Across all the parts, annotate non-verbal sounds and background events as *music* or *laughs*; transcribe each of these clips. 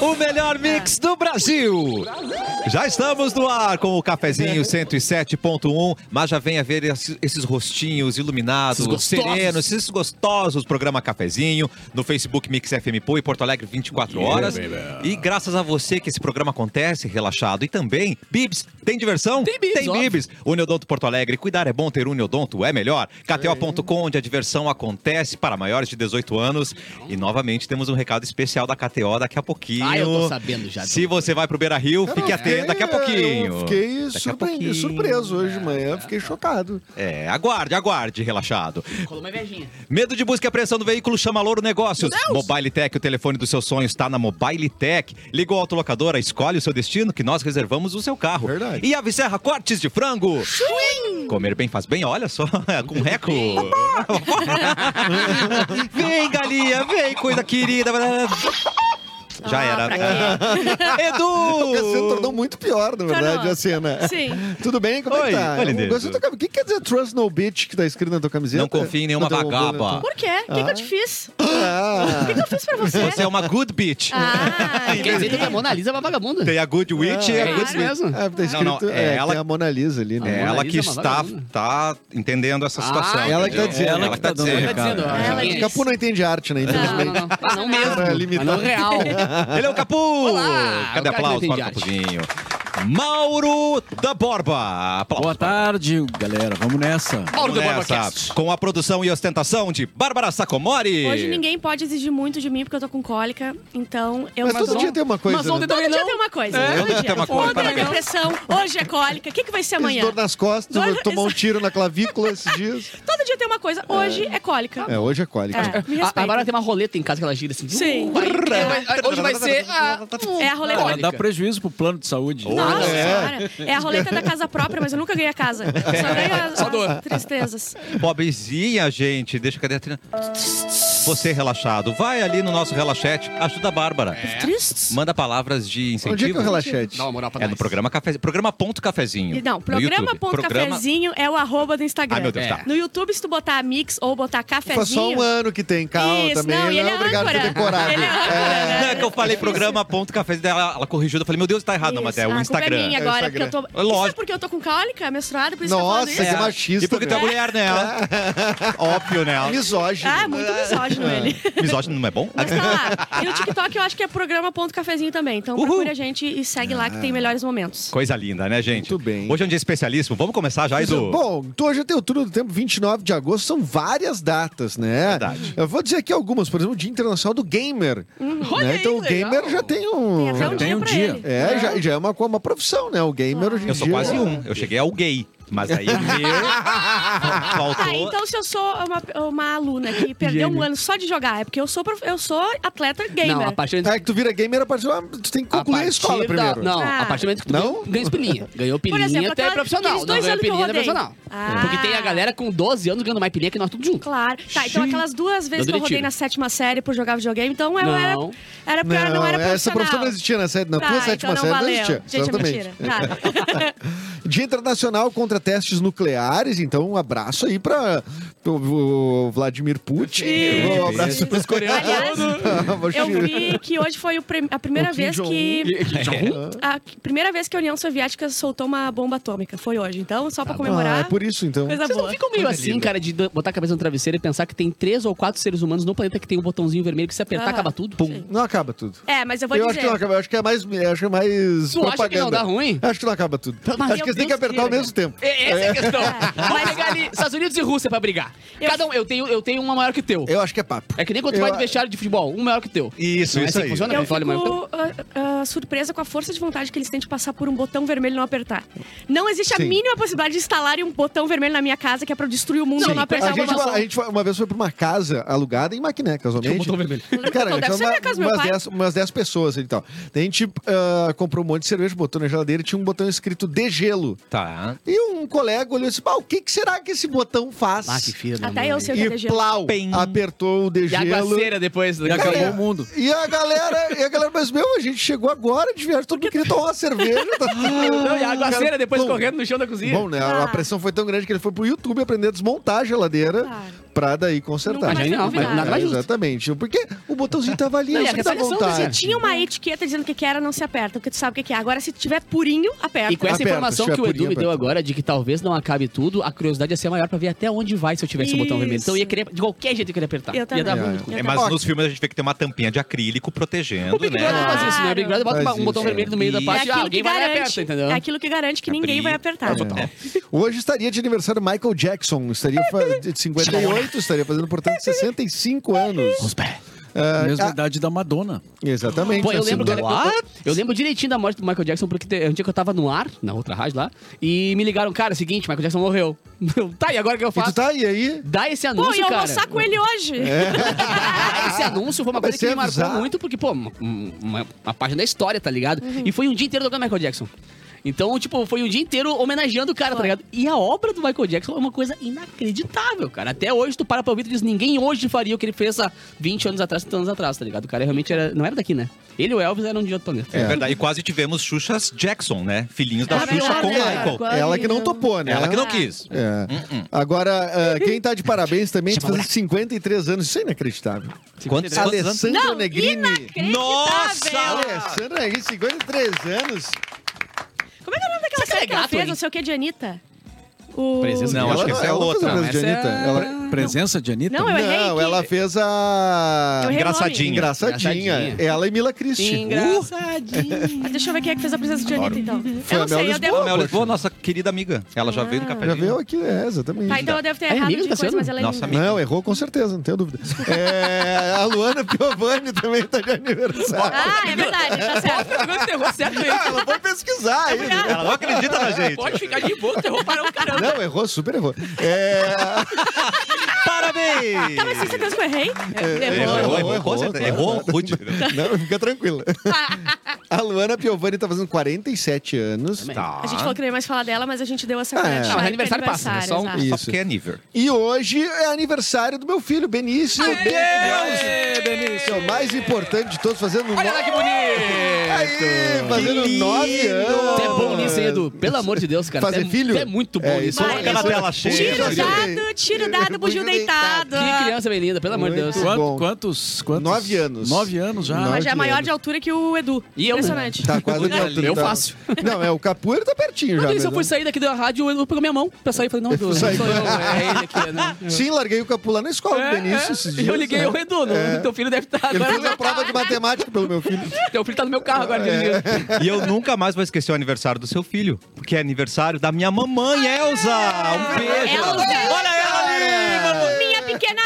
O melhor mix do Brasil. Já estamos no ar com o cafezinho 107.1, mas já venha ver esses, esses rostinhos iluminados, Esses gostosos. serenos, esses gostosos, programa Cafezinho, no Facebook Mix FM Pô e Porto Alegre 24 horas. E graças a você que esse programa acontece, relaxado. E também, Bibs, tem diversão? Tem Bibs, tem óbvio. Bibs. Uniodonto Porto Alegre, cuidar é bom, ter Uniodonto é melhor. KTO.com, onde a diversão acontece para maiores de 18 anos. E novamente temos um recado especial da KTO daqui a pouquinho. Ah, eu tô sabendo já. Se você vai pro Beira Rio, Cara, fique eu atento daqui a fiquei- pouquinho. é, Eu fiquei Daqui a pouquinho. surpreendido, surpreso hoje de manhã, fiquei chocado. É, aguarde, aguarde, relaxado. Colou uma invejinha. Medo de busca e apreensão do veículo, chama Louro Negócios. Meu Deus! Mobile Tech, o telefone dos seus sonhos está na Mobile Tech. Liga o autolocadora, escolhe o seu destino que nós reservamos o seu carro. Verdade. E a Viserra Cortes de Frango. Comer bem faz bem, olha só, *laughs* é com *laughs* reco. vem, galinha, vem, coisa querida. Ah, Já era. O Cassiano Edu! tornou muito pior, na verdade, Tornou. a cena. Sim. *laughs* Tudo bem? Como é Oi, que tá? olha Eu dentro. gostei da tua camiseta. O que quer dizer Trust No Bitch que tá escrito na tua camiseta? Não confie em nenhuma No *laughs* teu- vagaba. Por quê? O que, que eu te fiz? O que, que Ah, eu fiz *laughs* pra você? Você é uma good bitch. Ah, Quer dizer, que a Mona Lisa é uma vagabunda. Tem a Good Witch e a É Good isso mesmo. ah, tá escrito. Não, não, é é, ela- tem a Mona Lisa ali, É né? Mona ela Lisa que é uma está vagabunda. tá entendendo essa Ah, situação. Ela que tá entendeu? dizendo. Ela, Ela que tá dizendo. Ela tá dizendo, ó. Ela Quem é que- isso? Capu não entende arte, né? Não, não, Infelizmente. É, não. então, Mas não Pra mesmo. limitar. Mas não real. *laughs* Ele é o Capu! Olá, Cadê o cara aplauso que para o entende Capuzinho? Mauro da Borba. Aplausos Boa tarde, galera. Vamos nessa. Mauro da Nessa, Borbacast. com a produção e ostentação de Bárbara Sacomori. Hoje ninguém pode exigir muito de mim porque eu tô com cólica. Então eu Mas mas todo dia tem uma coisa. Mas ontem né? também Todo dia não. tem uma coisa. É, Todo ontem dia. tem uma coisa. Ontem é Também não. depressão, hohoje é cólica. O que, que vai ser Fiz amanhã? Dor nas costas, Dor- tomou um tiro na clavícula esses *laughs* dias. Todo dia tem uma coisa, hoje é cólica. É, hoje é cólica. É, me A, a respeita. Bárbara tem uma roleta em casa que ela gira assim. Sim. Vai, vai, vai, hoje vai ser a... É a roleta. Ela dá prejuízo pro plano de saúde. Nossa É. senhora. É a roleta da casa própria, mas eu nunca ganhei a casa. Só ganho as, Só dor. as tristezas. Pobrezinha, gente. Deixa cadê a trina? Você relaxado. Vai ali no nosso relaxete. Ajuda a Bárbara. Tristes? Manda palavras de incentivo. Onde é que é o relaxete? Dá uma moral pra É nós. no programa Café, programa ponto cafezinho. Não, No YouTube. Programa- programa.cafezinho é o arroba do Instagram. Ai, meu Deus, tá. No YouTube, se tu botar mix ou botar cafezinho... Faz só um ano que tem calma Isso, também. não, ele e ele é é obrigado por âncora. ter coragem. Ele é âncora, né? Não, é que eu falei programa ponto cafezinho dela, ela corrigiu, eu falei, meu Deus, tá errado, não, mas Isso. é Ah, o a Instagram. Culpa é minha É o agora, Instagram. porque eu tô... Lógico. Isso é porque eu tô com cálica menstruada, por isso Nossa, que que eu tô falando isso. machista. E porque tu é velho. mulher, né? Óbvio, né? é Misógino. Ah, muito misógino ele. Misógino não é bom? Mas tá lá. E o TikTok eu acho que é programa.cafezinho também. Então Uhul. procure a gente e segue lá que tem melhores momentos. Coisa linda, né, gente? Muito bem. Hoje é um dia especialíssimo. Vamos começar já, Edu? Bom, então hoje tem o turno do tempo 29 de agosto, são várias datas, né? Verdade. Eu vou dizer aqui algumas, por exemplo, o Dia Internacional do Gamer. Uhum. né? Então o gamer já tem um. Tem até um Tem dia um pra dia. ele. É, já, já é uma, co- uma profissão, né? O Ah. gamer hoje em Eu sou dia- É quase um. Eu cheguei ao gay. Mas aí *laughs* me faltou. Tá, então se eu sou uma, uma aluna que perdeu um ano só de jogar, é porque eu sou, prof- eu sou atleta gamer. Não, a partir É que tu vira gamer a partir de uma- Tu tem que A concluir a, partir escola da- primeiro. Não, Ah. a partir do momento que tu Não? ganhou- ganhou pilinha. Ganhou pilinha exemplo, até aquela- é profissional. aqueles Não dois ganhou anos que eu pilinha até rodei. profissional. Ah. Porque tem a galera com 12 anos ganhando mais pilinha que nós tudo junto. Claro. Tá, então Sim. aquelas duas vezes Eu que eu rodei tiro. na sétima série por jogar videogame, então eu era. Não. Era porque eu não, era profissional. essa profissão não existia na, série, na Tá, tua então sétima não série, não valeu. existia. Gente, é mentira. *laughs* Tá. Dia Internacional contra Testes Nucleares, então um abraço aí para o Vladimir Putin. Sim. Um abraço para os coreanos. Aliás, Vou Eu te- vi que hoje foi o prim- a primeira O Kim vez que. Jong-un? A primeira vez que a União Soviética soltou uma bomba atômica. Foi hoje. Então, só pra Ah, comemorar. é por isso então. Coisa Vocês não boa. ficam meio assim, cara, de do- botar a cabeça no travesseiro e pensar que tem três ou quatro seres humanos no planeta que tem um botãozinho vermelho que se apertar, Aham. acaba tudo? Pum. Não acaba tudo. É, mas eu vou Eu acho dizer. que não acaba, eu acho que é mais, eu acho que é mais Tu acha que propaganda. não dá ruim? Acho que não acaba tudo. Mas acho que meu eles têm que Deus, apertar ao tira, mesmo tempo. E- Essa é a questão. Vamos Mas- pegar ali Estados Unidos e Rússia pra brigar. Cada um, eu tenho, eu tenho uma maior que o teu. Eu acho que é papo. É que nem quando tu Eu- vai no vestiário de futebol, um maior que o teu. Isso, Não é isso assim que aí. funciona? Eu Quando tu olha maior que o teu. fico ah, ah, surpresa com a força de vontade que eles têm de passar por um botão vermelho e não apertar. Não existe Sim. a mínima possibilidade de instalarem um botão vermelho na minha casa que é pra eu destruir o mundo e eu não A apertar gente, o botão. uma, a gente foi- uma vez foi pra uma casa alugada em Maquiné, Tinha um casualmente. botão vermelho. Cara, Então, tinha deve ser uma- minha casa, meu umas, pai. 10, umas 10 pessoas e tal. Daí a gente ah, comprou um monte de cerveja, botou na geladeira e tinha um botão escrito de gelo. Tá. E um colega olhou e disse: "Bah, o que, que será que esse botão faz? Ah, que filha da Até mãe. eu sei o que é e gelo. plau, Pem. apertou o de E a gelo. aguaceira depois. E Cara, acabou o mundo. E a galera, e a galera, mas meu, a gente chegou agora de viagem, todo mundo queria tomar uma cerveja. *laughs* Tá... Não, Ah, e a Cara, aguaceira depois bom, correndo no chão da cozinha. Bom, né? A Ah. pressão foi tão grande que ele foi pro YouTube aprender a desmontar a geladeira Claro. pra daí consertar. Nunca mais Mas aí não, duvidar. mas nada mais justo. Exatamente. Porque o botãozinho tava ali, Não, é e isso a que dá retaliação Se É. vontade. desse tinha uma etiqueta dizendo o que que era, não se aperta, porque tu sabe o que que é. Agora, se tiver purinho, aperta. É E com essa Aperta, informação se tiver que o Edu purinha, me deu aperta. agora, de que talvez não acabe tudo, a curiosidade ia ser maior pra ver até onde vai se eu tivesse o botão Isso. vermelho. Então eu ia querer, de qualquer jeito eu queria apertar. Eu ia também. dar É. muito. Eu É, também. mas Ó, nos filmes a gente vê que tem uma tampinha de acrílico protegendo, O Big né? Brother faz isso, né? O Big Brother bota Faz uma- um botão isso, vermelho no meio da E- parte, aquilo ah, que alguém vai lá e garante- aperta, entendeu? É aquilo que garante que ninguém Abrir. vai apertar. É. Então, Hoje estaria de aniversário Michael Jackson. Estaria fa- de 58, estaria fazendo, portanto, 65 anos. Os pés. Ah, Mesma ah, idade da Madonna. exatamente. Pô, eu assim, lembro, cara, né? eu, eu- eu lembro direitinho da morte do Michael Jackson, porque te- um dia que eu tava no ar, na outra rádio lá, e me ligaram, cara, é o seguinte, Michael Jackson morreu. *laughs* Eu, tá, e agora o que eu E faço? tu tá aí, aí? Dá esse Pô, anúncio, ia cara. almoçar com ele hoje. É, *laughs* Ah, *laughs* Esse anúncio foi uma Vai coisa que ser me marcou avisado. muito, porque, pô, uma, uma- uma página da história, tá ligado? Uhum. E foi um dia inteiro tocando Michael Jackson. Então, tipo, foi um dia inteiro homenageando o cara, tá ligado? E a obra do Michael Jackson é uma coisa inacreditável, cara. Até hoje tu para pra ouvir e diz, ninguém hoje faria o que ele fez há 20 anos atrás, 30 anos atrás, tá ligado? O cara realmente era, não era daqui, né? Ele e o Elvis eram de outro planeta. É verdade, e quase tivemos Xuxas Jackson, né? Filhinhos da Ah, Xuxa verdade, com né? Michael. Ela que não topou, né? Ela que não quis. É. Agora, ah, quem tá de parabéns também, tá fazendo 53 anos. Isso é inacreditável. Quantos, quantos anos? Alessandra Não, Negrini. inacreditável. Nossa! Alessandra Negrini, 53 anos. Como é que é o nome Será daquela que série é que ela gato, fez? hein? Não sei o que, de Anitta? O... Presença Não, acho Ela- que essa é ela fez a outra. vez de Essa é- Anitta. Ela- Presença de Anitta? Uh, Não, eu errei. Não, é que- ela fez a. Eu errei o nome. é Engraçadinha. Engraçadinha. Engraçadinha. Ela e Mila Cristi. Engraçadinho. Mas deixa eu ver quem é que fez a presença de Anitta, então. Foi eu a Mel não sei, eu Lisboa. devo... A Mel Lisboa, nossa querida amiga. Ela já Ah. veio no Já cafezinho. veio aqui, é, exatamente. Tá, então eu devo ter É errado inimigo da de Cassiano? coisa, mas ela é Nossa, linda. amiga. Não, errou com certeza, não tenho dúvida. É, a Luana Piovani também tá de aniversário. Ah, é verdade, tá certo. *laughs* Ah, ela foi pesquisar É ainda. Ela não acredita na gente. *laughs* Pode ficar de boa, derrubaram o caramba. Não, errou, super errou. É, *laughs* Parabéns! Tá, mas tem certeza que eu errei? É, Errou, errou, errou, assim, Errou, Tá. com certeza. errou. Errou, rude. não, fica tranquila. *laughs* A Luana Piovani tá fazendo 47 anos. Também. *laughs* Tá. A gente falou que não ia mais falar dela, mas a gente deu essa Ah, é. corrente. Não, mas aniversário passa, né? Só um- Só Isso. porque é nível. E hoje é aniversário do meu filho, Benício. Benício, Benício, o mais importante de todos, fazendo Olha lá que bonito! Aí, fazendo Que nove lindo! anos. Tu é bom nisso, hein, Edu? Pelo amor de Deus, cara. Fazer Tu é- filho? tu é muito bom É, nisso. isso Vai, Coloca na isso é- tela cheia. Tiro Isso, dado, tiro dado, bugio Bugio deitado. deitado. Que criança bem linda, pelo amor de Deus. Muito Quanto- é bom. quantos, quantos? Nove anos. Nove anos já. Nove. Mas já é maior de altura que o Edu. E eu, né? Impressionante. Tá quase na Eu altura, tá? faço. Não, é o Capu, ele tá pertinho já. Quando isso, eu mas fui não- sair daqui da rádio, o Edu pegou minha mão pra sair. Eu Falei, não, Edu, não sou Sai. eu, é ele aqui, né? Sim, larguei *laughs* o Capu lá na escola do Benício esses dias. É, eu liguei, né? o Edu, não, teu filho deve estar Ele agora. fez a prova de matemática pelo meu filho. Teu filho tá no meu carro agora, É. dirigindo. E eu nunca mais vou esquecer o aniversário do seu filho, porque é aniversário da minha mamãe, Elza! Um beijo! Ah, é! Elza! Olha ela ali! mamãe! Minha pequena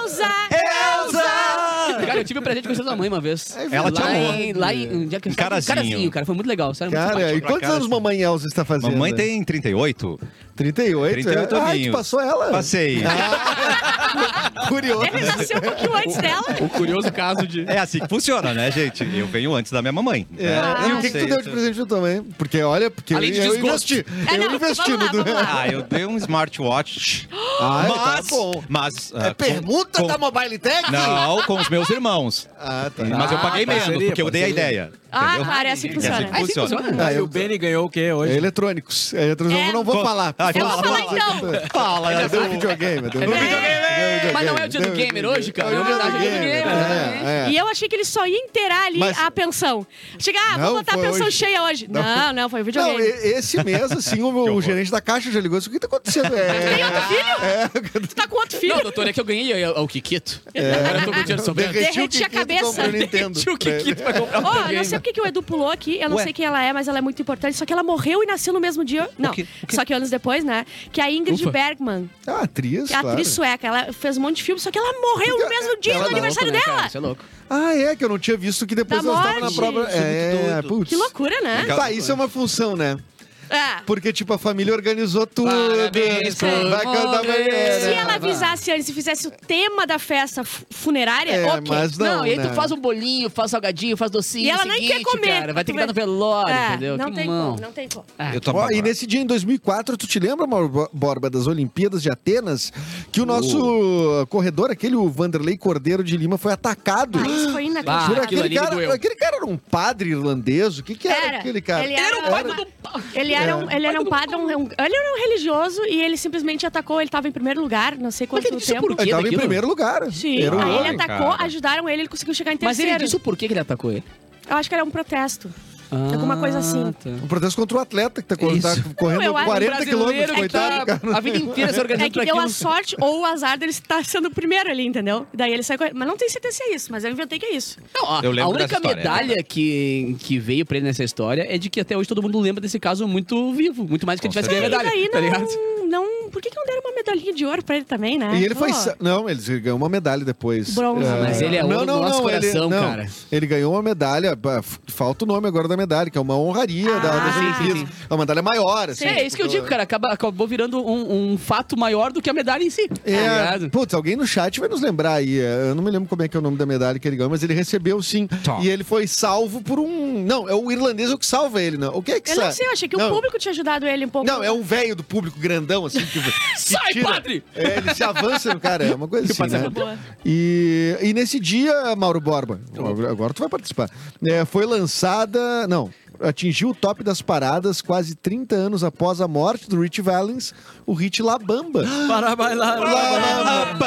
Elsa! Elza! Cara, eu tive um presente com a sua mãe uma vez. É Ela te lá amou. em, lá em, onde é que eu estava? Carazinho. Carazinho, cara. Foi muito legal, sério. muito Cara, e simpático. quantos cara, anos assim. mamãe Elza está fazendo? Mamãe tem 38? 38. 38 é? Ah, tu aninhos. passou ela? Ah. Passei. Curioso. Ele nasceu um pouquinho antes dela. O curioso caso de... É assim que funciona, né, gente? Eu venho antes da minha mamãe. É. Ah, né? e o que, que tu deu de presente pra tua mãe? Porque olha, porque Além de eu desgosto. investi. É, eu não, investi vamos lá, no É vamos *laughs* lá. Ah, eu dei um smartwatch. Ah, mas, tá bom. mas É ah, permuta com- da Mobile Tech? Não, com os meus irmãos. Ah, tá. Mas eu Ah, paguei menos, parceria, porque eu dei a parceria. ideia. Ah, entendeu? claro, é assim que É assim funciona. que Aí sim funciona. funciona. Ah, E o eu... Benny ganhou o quê hoje? É eletrônicos. É eletrônicos. É. Eu não vou falar. Ah, Eu vou Fala, falar então. Fala, Mas Edu. deu um videogame. deu É videogame. Mas não é o dia do gamer hoje, cara? É o dia do É o dia do gamer. gamer, É, é. né? E eu achei que ele só ia inteirar ali Mas- a pensão. Chegar, ah, Não, vou botar a foi pensão hoje. cheia hoje. Não. Não, não, foi o videogame. Não, e- esse mês, *laughs* assim, o, meu- o gerente da caixa já ligou. Isso, o que tá acontecendo? É, *laughs* Tem outro filho? Tu tá com outro filho? Não, doutor, é que eu ganhei é, é o Kikito. Agora *laughs* eu tô com o dinheiro sobrando. derreti Derreti a Kikito e cabeça. comprei o Nintendo. Tio Kikito vai comprar um Ó, eu videogame. não sei porque que o Edu pulou aqui, eu não Ué. sei quem ela é, mas ela é muito importante. Só que ela morreu e nasceu no mesmo dia. Não, quê? O quê? só que anos depois, né? Que é a Ingrid Ufa. Bergman, Ah, atriz, que é a claro. é, atriz sueca. Ela fez um monte de filme, só que ela morreu no mesmo dia ela do não, aniversário né, dela. Cara, isso é louco. Ah, é, que eu não tinha visto que depois Da elas estavam na morte. prova. Isso é muito doido. putz. Que loucura, né? Tá, isso é uma função, né? É. Porque, tipo, a família organizou tudo. Parabéns pro Vai cantar Rodrigo. banheira. É. Se ela avisasse antes e fizesse o tema da festa fu- funerária, É, ok. mas não, Não, e aí né? tu faz um bolinho, faz salgadinho, faz docinho. E ela nem seguinte, quer comer. Cara, vai ter Tu que dar no velório, É, entendeu? Não que tem mão. Ah. como, não tem como. Eu tô Ó, e nesse dia em 2004, tu te lembra, Mauro Bo- Borba, das Olimpíadas de Atenas, que o nosso Uh. corredor, aquele o Vanderlei Cordeiro de Lima, foi atacado. Ah, isso foi inacreditável. Ah, aquilo Por aquele ali me cara, doeu. aquele cara É. era um padre irlandês? O que, que era, Era. aquele cara? Ele era um Vai tudo- Ele era um, ele era um padre, um, um- ele era um religioso e ele simplesmente atacou, ele tava em primeiro lugar, não sei quanto ele disse tempo. por quê? Ele tava em daquilo? primeiro lugar. Sim, Ah, Era um aí homem. ele atacou, cara. ajudaram ele, ele conseguiu chegar em Mas terceiro. ele disse o porquê que ele atacou ele. Eu acho que era um protesto. Alguma coisa assim. tá. Um protesto contra o atleta que tá, cor- Isso. tá correndo Não, eu acho- 40 é brasileiro quilômetros, que tá coitado, cara. A vida inteira se É organizando pra que deu a aquilo. sorte ou o azar dele estar sendo o primeiro ali, entendeu? Daí ele sai correndo. Mas não tenho certeza se é isso, mas eu inventei que é isso. Não, a, Eu a lembro única dessa história, né? medalha que, que veio pra ele nessa história é de que até hoje todo mundo lembra desse caso muito vivo. Muito mais do que ele Com tivesse certeza. ganho a medalha, e daí tá ligado? não, não. Por que, que não deram uma medalhinha de ouro pra ele também, né? E ele Pô. foi. sa- Não, ele ganhou uma medalha depois. Bronze, É. Mas ele é ouro não, do não, nosso não, coração, ele, não. cara. Ele ganhou uma medalha. bah, f- Falta o nome agora da medalha, que é uma honraria da, das Ah, sim, Olimpíadas. É uma medalha maior, assim. É, tipo, isso que eu do- digo, cara. Acaba, acabou virando um, um fato maior do que a medalha em si. tá É, ligado? putz, alguém no chat vai nos lembrar aí. é, Eu não me lembro como é que é o nome da medalha que ele ganhou, mas ele recebeu sim. Tá. E ele foi salvo por um. Não, é o irlandês é o que salva ele, não. O que é que Eu salva? não sei, eu achei que Não. o público tinha ajudado ele um pouco. Não, é um velho do público grandão, assim. Que, *laughs* Sai, tira- padre! É, ele se avança no cara, é uma coisa assim, né? Boa. E, e nesse dia, Mauro Borba, Tá agora tu vai participar, né, foi lançada. Não, atingiu o top das paradas quase 30 anos após a morte do Rich Valens, o hit La Bamba. Ah! Para bailar.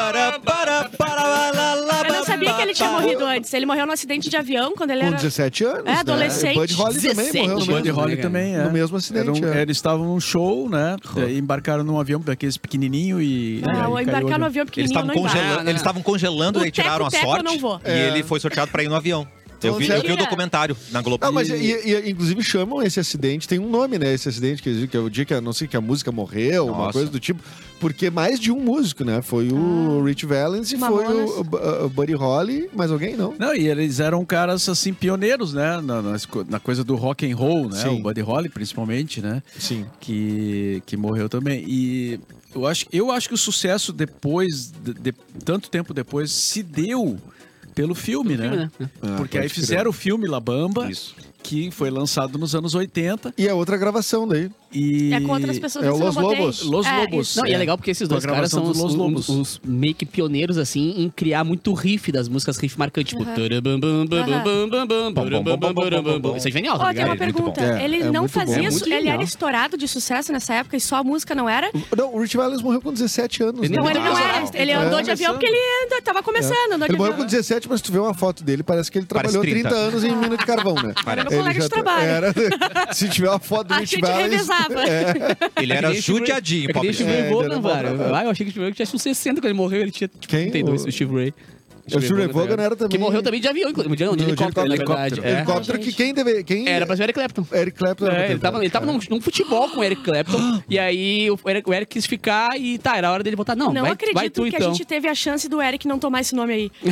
Eu não sabia que ele tinha morrido antes. Ele morreu num acidente de avião quando ele Com era. 17 anos. É, né? adolescente. O Buddy Holly também 17 morreu O no anos. Buddy mesmo. né? Holly também, é. No mesmo acidente, Era um- é. Eles estavam num show, né? E embarcaram num avião daqueles pequenininho e... e aí Ah, caiu o embarcar no avião. avião Eles pequenininho estavam não embarca. congelando- Ah, congelando, não. eles estavam congelando O e aí tiraram a teco-teco sorte. eu não vou. E É. ele foi sorteado pra ir no avião. Eu vi, eu vi o Mentira. documentário na Globo. Não, mas e- e- inclusive chamam esse acidente, tem um nome, né? Esse acidente que, eles- que é o dia que a- não sei que a música morreu, uma Nossa. coisa do tipo, porque mais de um músico, né? Foi o Ah. Rich Valens e foi Mamonas. o, o, o Buddy Holly, mais alguém não? Não, e eles eram caras, assim, pioneiros, né? Na, nas co- na coisa do rock and roll, né? Sim. O Buddy Holly, principalmente, né? Sim. que, que morreu também. E eu acho, eu acho que o sucesso depois, de, de- tanto tempo depois, se deu pelo filme, né? filme, Porque Ah, aí pode crer. fizeram o filme La Bamba, Isso. que foi lançado nos anos 80 E é outra gravação daí. e... É com outras pessoas É isso o eu Los não botei. Lobos. Los É, Lobos. isso. Não, e é É. legal porque esses Com a dois caras gravação são os, dos Los um- Lobos. os meio que pioneiros, assim, em criar muito riff das músicas, riff marcante, tipo... Aham. tarabam, bam, bam, bam, bam, bam, bam, bam, bam, bam, bam, bam, bam. Isso é genial, tá Ó, tem ligado? uma Muito bom. pergunta. É, ele é muito não bom. fazia É isso? muito ele genial. era estourado de sucesso nessa época e só a música não era? Não, o Rich Valens morreu com 17 anos. né? Ele Não, Não, ele não não. Então era. Ele andou de avião porque ele ainda tava começando. Andou de Ele morreu com avião. 17, mas tu vê uma foto dele, parece que ele Parece trabalhou 30. 30. anos em mina de carvão, *laughs* né? Era meu Ele colega já de tá- trabalho. era- se tiver uma foto do A Rich gente Valens, revezava. Ele É era que nem o Steve Ray- judiadinho, É que nem o pobre. Steve É, Ray ele Vaughan, era velho. Vaughan. Ah, eu achei que o Steve Ray tinha uns 60 quando ele morreu. Ele tinha tipo, Quem? 32, O- o Steve Ray. o Steve Vaughan era também... né? Que morreu também de avião, inclusive. De, não, de No helicóptero, na verdade. helicóptero. Helicóptero. É. Helicóptero que quem deve... Quem... Era pra ser o Eric Clapton. Eric Clapton. era É, ele contemporâneo, tava, ele tava cara. num, num futebol com o Eric Clapton. *gasps* e aí o Eric, o Eric quis ficar e tá, era hora dele voltar. Não, Não vai, acredito vai tu que então. *laughs* a gente teve a chance do Eric não tomar esse nome aí. que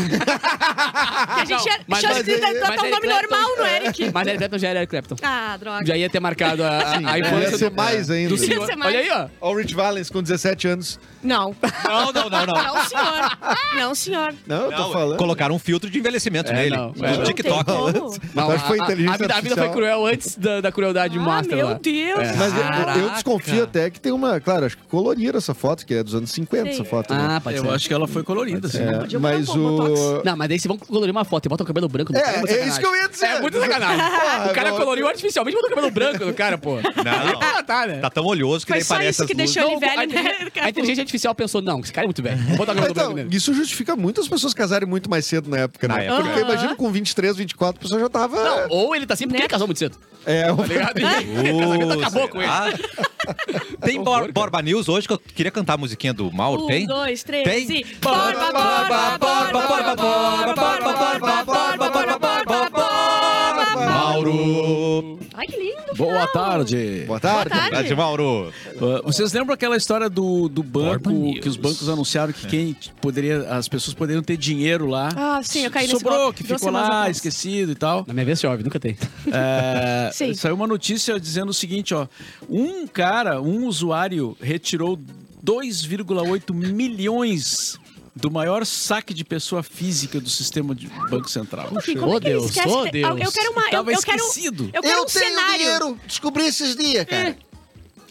a gente tinha mas- chance de mas- tentar mas dar um nome Eric Clapton- normal no Eric. Mas Eric Clapton já era Eric Clapton. Ah, droga. Já ia ter marcado a, a, a Ele infância É, ia ser do- mais ainda. do senhor. Ia ser mais. Olha aí, ó. Olha o Rich Valens com 17 anos. Não. É. Não, não, não, não. Não, senhor. Não, senhor. Não, eu *laughs* tô falando. Colocaram um filtro de envelhecimento É, nele. não, é, Do não. Não tem TikTok. como. Não, Mas foi a- a- inteligência a, vida, a vida foi artificial. cruel antes da, da crueldade Ah, master meu lá. Deus. É. Mas eu- eu, Caraca. desconfio até que tem uma. Claro, acho que coloriram essa foto, que é dos anos 50, Sim. essa foto. né? Ah, pode ser. Eu acho que ela foi colorida, assim. É, podia botar mas um o. Botox. Não, mas daí se vão colorir uma foto e botam o cabelo branco no É, cara. é muito sacanagem. isso que eu ia dizer. É muito *laughs* sacanagem. o cara coloriu artificialmente e botou o cabelo branco no cara, pô. Não. Ah, tá, né? Tá tão olhoso que Foi nem só parece isso as que luzes. deixou ele Não, a, velho, né? inteligência- a inteligência artificial pensou, não, esse cara é muito velho. Vou botar o cabelo branco Então, nele. isso justifica muito as pessoas casarem muito mais cedo na época, Na né? época, Porque é. imagina com 23, 24, a pessoa já tava. Não, ou ele tá sempre porque Né? ele casou muito cedo, é, tá ligado? E o casamento acabou com ele. Ah. Tem Bor- Borba News hoje que eu queria cantar a musiquinha do Mauro, tem? Um, dois, três Tem? e... Borba, borba, borba, borba, borba, borba, borba, borba, borba, borba, borba. Mauro! Ai, que lindo. Boa tarde. *laughs* Boa tarde. Boa tarde. Tarde, Mauro! Uh, vocês lembram aquela história do, do banco Borba News. que os bancos anunciaram É. que quem t- poderia, as pessoas poderiam ter dinheiro lá? Ah, sim, eu caí nesse Sobrou, golpe. que Duas ficou semanas lá, atrás. esquecido e tal. *laughs* Na minha vez chove, nunca tem. É, Sim. saiu uma notícia dizendo o seguinte, ó. Um cara, um usuário, retirou 2,8 milhões do maior saque de pessoa física do sistema de Banco Central. E como Ô, é que ele Deus, esquece? ô, Eu- Deus. Eu quero uma... Eu, Tava eu quero... esquecido. Eu quero um cenário. Descobri esses dias, cara.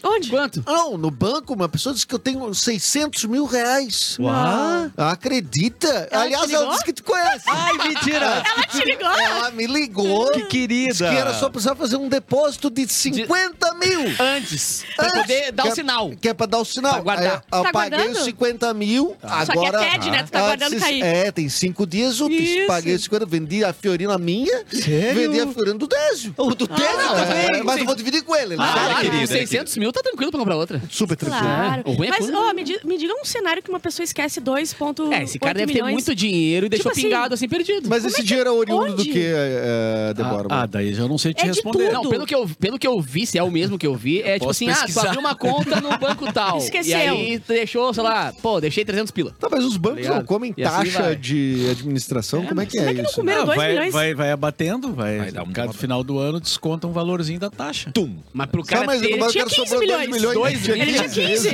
Onde? Quanto? Não, no banco, uma pessoa disse que eu tenho 600 mil reais. Uau. Acredita? Ela Aliás, te ela ligou? disse que te conhece. Ai, mentira! Ela te *laughs* ligou? Ela me ligou. Que querida! Disse que era só precisar fazer um depósito de 50 mil. Antes. Pra Antes. poder dar o Que é- sinal. Que é pra dar o sinal. Pra guardar. Aí, eu Tá paguei guardando? os 50 mil, Só que é agora... TED, né? Tu tá Ah, guardando esses- cair. É, tem cinco dias úteis. Isso. Paguei os 50, vendi a Fiorina minha, Sério? vendi a Fiorina do Désio. O Ah, do Désio também? Mas eu vou dividir com ele. né? Ah, claro, querida, com é 600 mil tá tranquilo pra comprar outra. Super tranquilo. Claro. É, o ruim é Mas, quando- ó, me, di- me diga um cenário que uma pessoa esquece 2,8 É, esse cara deve ter milhões. muito dinheiro e deixou assim, pingado assim, perdido. Mas esse dinheiro é oriundo Onde? do que, é, Débora? Ah, ah, daí já não sei É te de responder. Não, tudo. pelo que, eu, pelo que eu vi, se é o mesmo que eu vi, é tipo posso assim, ah, pesquisar. tu abriu uma conta no banco tal. Esqueceu. E aí tu deixou, sei lá, pô, deixei 300 pila. Tá, mas os bancos Obrigado. não comem E assim taxa vai. de administração? Como é que é será que não isso? comeu? Primeiro, dois vai, milhões. vai, vai abatendo, vai. Vai dar um uma- cada final do ano desconta um valorzinho da taxa. Tum! Mas pro cara Tá, mas ter... no banco tinha era 15 sobrou 2 milhões. milhões. Dois Ele tinha 15.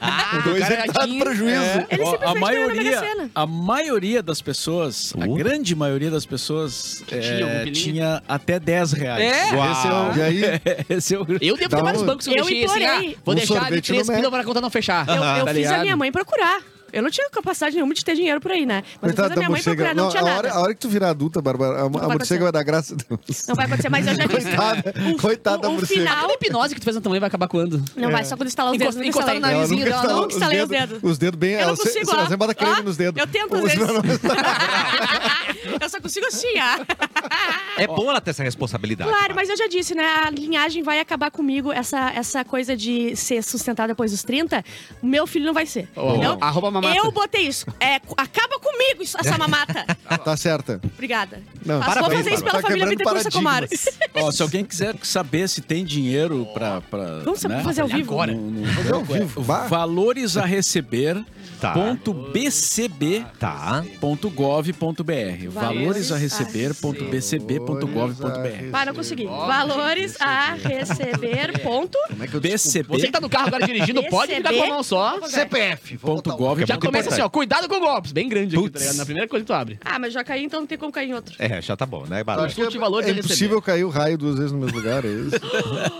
Ah, Dois o cara é dado tinha- prejuízo. É, Ele ó, a simplesmente ganhou na Mega maioria, Sena. a maioria das pessoas, a Uh. grande maioria das pessoas é, Tinha um tinha, pilinho. até 10 reais. É? Uau. E aí, *laughs* Esse é o grande. Eu devo ter Dá vários um- bancos que eu Eu deixei assim, ah, implorei. vou Um deixar de sorvete no 3 pila Mac. pra conta não fechar. Eu, *laughs* eu Tá fiz a ligado? minha mãe procurar. Eu não tinha capacidade nenhuma de ter dinheiro pra ir, né? Mas eu Coitada fiz a da minha mãe morcega. procurar, não, Não, tinha a, nada. hora, a hora que tu virar adulta, Bárbara, a, a vai morcega vai dar graça a Deus. Não vai acontecer, mas eu já disse. Coitada- O- coitada da o, o morcega. final... Toda hipnose que tu fez na tua mãe vai acabar quando? Não É. vai, só quando estalar os dedos. Encosta- encostar no não nariz. instalei. vizinha dela, não, os estalei os dedos- dedos. Os dedos bem... Eu não ela, se- consigo, ela ó. sempre bota creme Ó, nos dedos. eu tento às Os- vezes. *laughs* eu só consigo assim, ah. É bom ela ter essa responsabilidade. Claro, mas eu já disse, né? A linhagem vai acabar comigo. Essa, essa coisa de ser sustentado depois dos 30, meu filho não vai ser. entendeu? Arroba mamata. Eu botei isso. É, cu- acaba comigo isso- essa mamata. *laughs* Tá certa. Obrigada. Não, Mas vou parabéns, fazer isso Bárbara. pela Tá família quebrando Bittencourt Comares. Ó, se alguém quiser saber se tem dinheiro pra. pra *laughs* Vamos né? fazer ao vivo. Agora. No- no- Fazer ao vivo, vá. Valores a receber. Tá. Ponto BCB. Tá. Ponto gov.br. Valores a receber. Ponto BCB. Ponto gov. Ponto BR. Pá, não consegui. Valores a receber. Ponto. é Você que BCB. tá no carro agora *laughs* dirigindo, pode ficar com a mão só. CPF. vou Ponto botar um. gov. Já ponto começa assim, ó. É importante. Cuidado com golpes. Bem grande aqui, Putz. tá ligado? Na primeira coisa que tu abre. Ah, mas já caí, então não tem como cair em outro. É, já tá bom, né, Bárbara? Acho que Consulte valores é, é a impossível cair o raio duas vezes no mesmo lugar, é isso?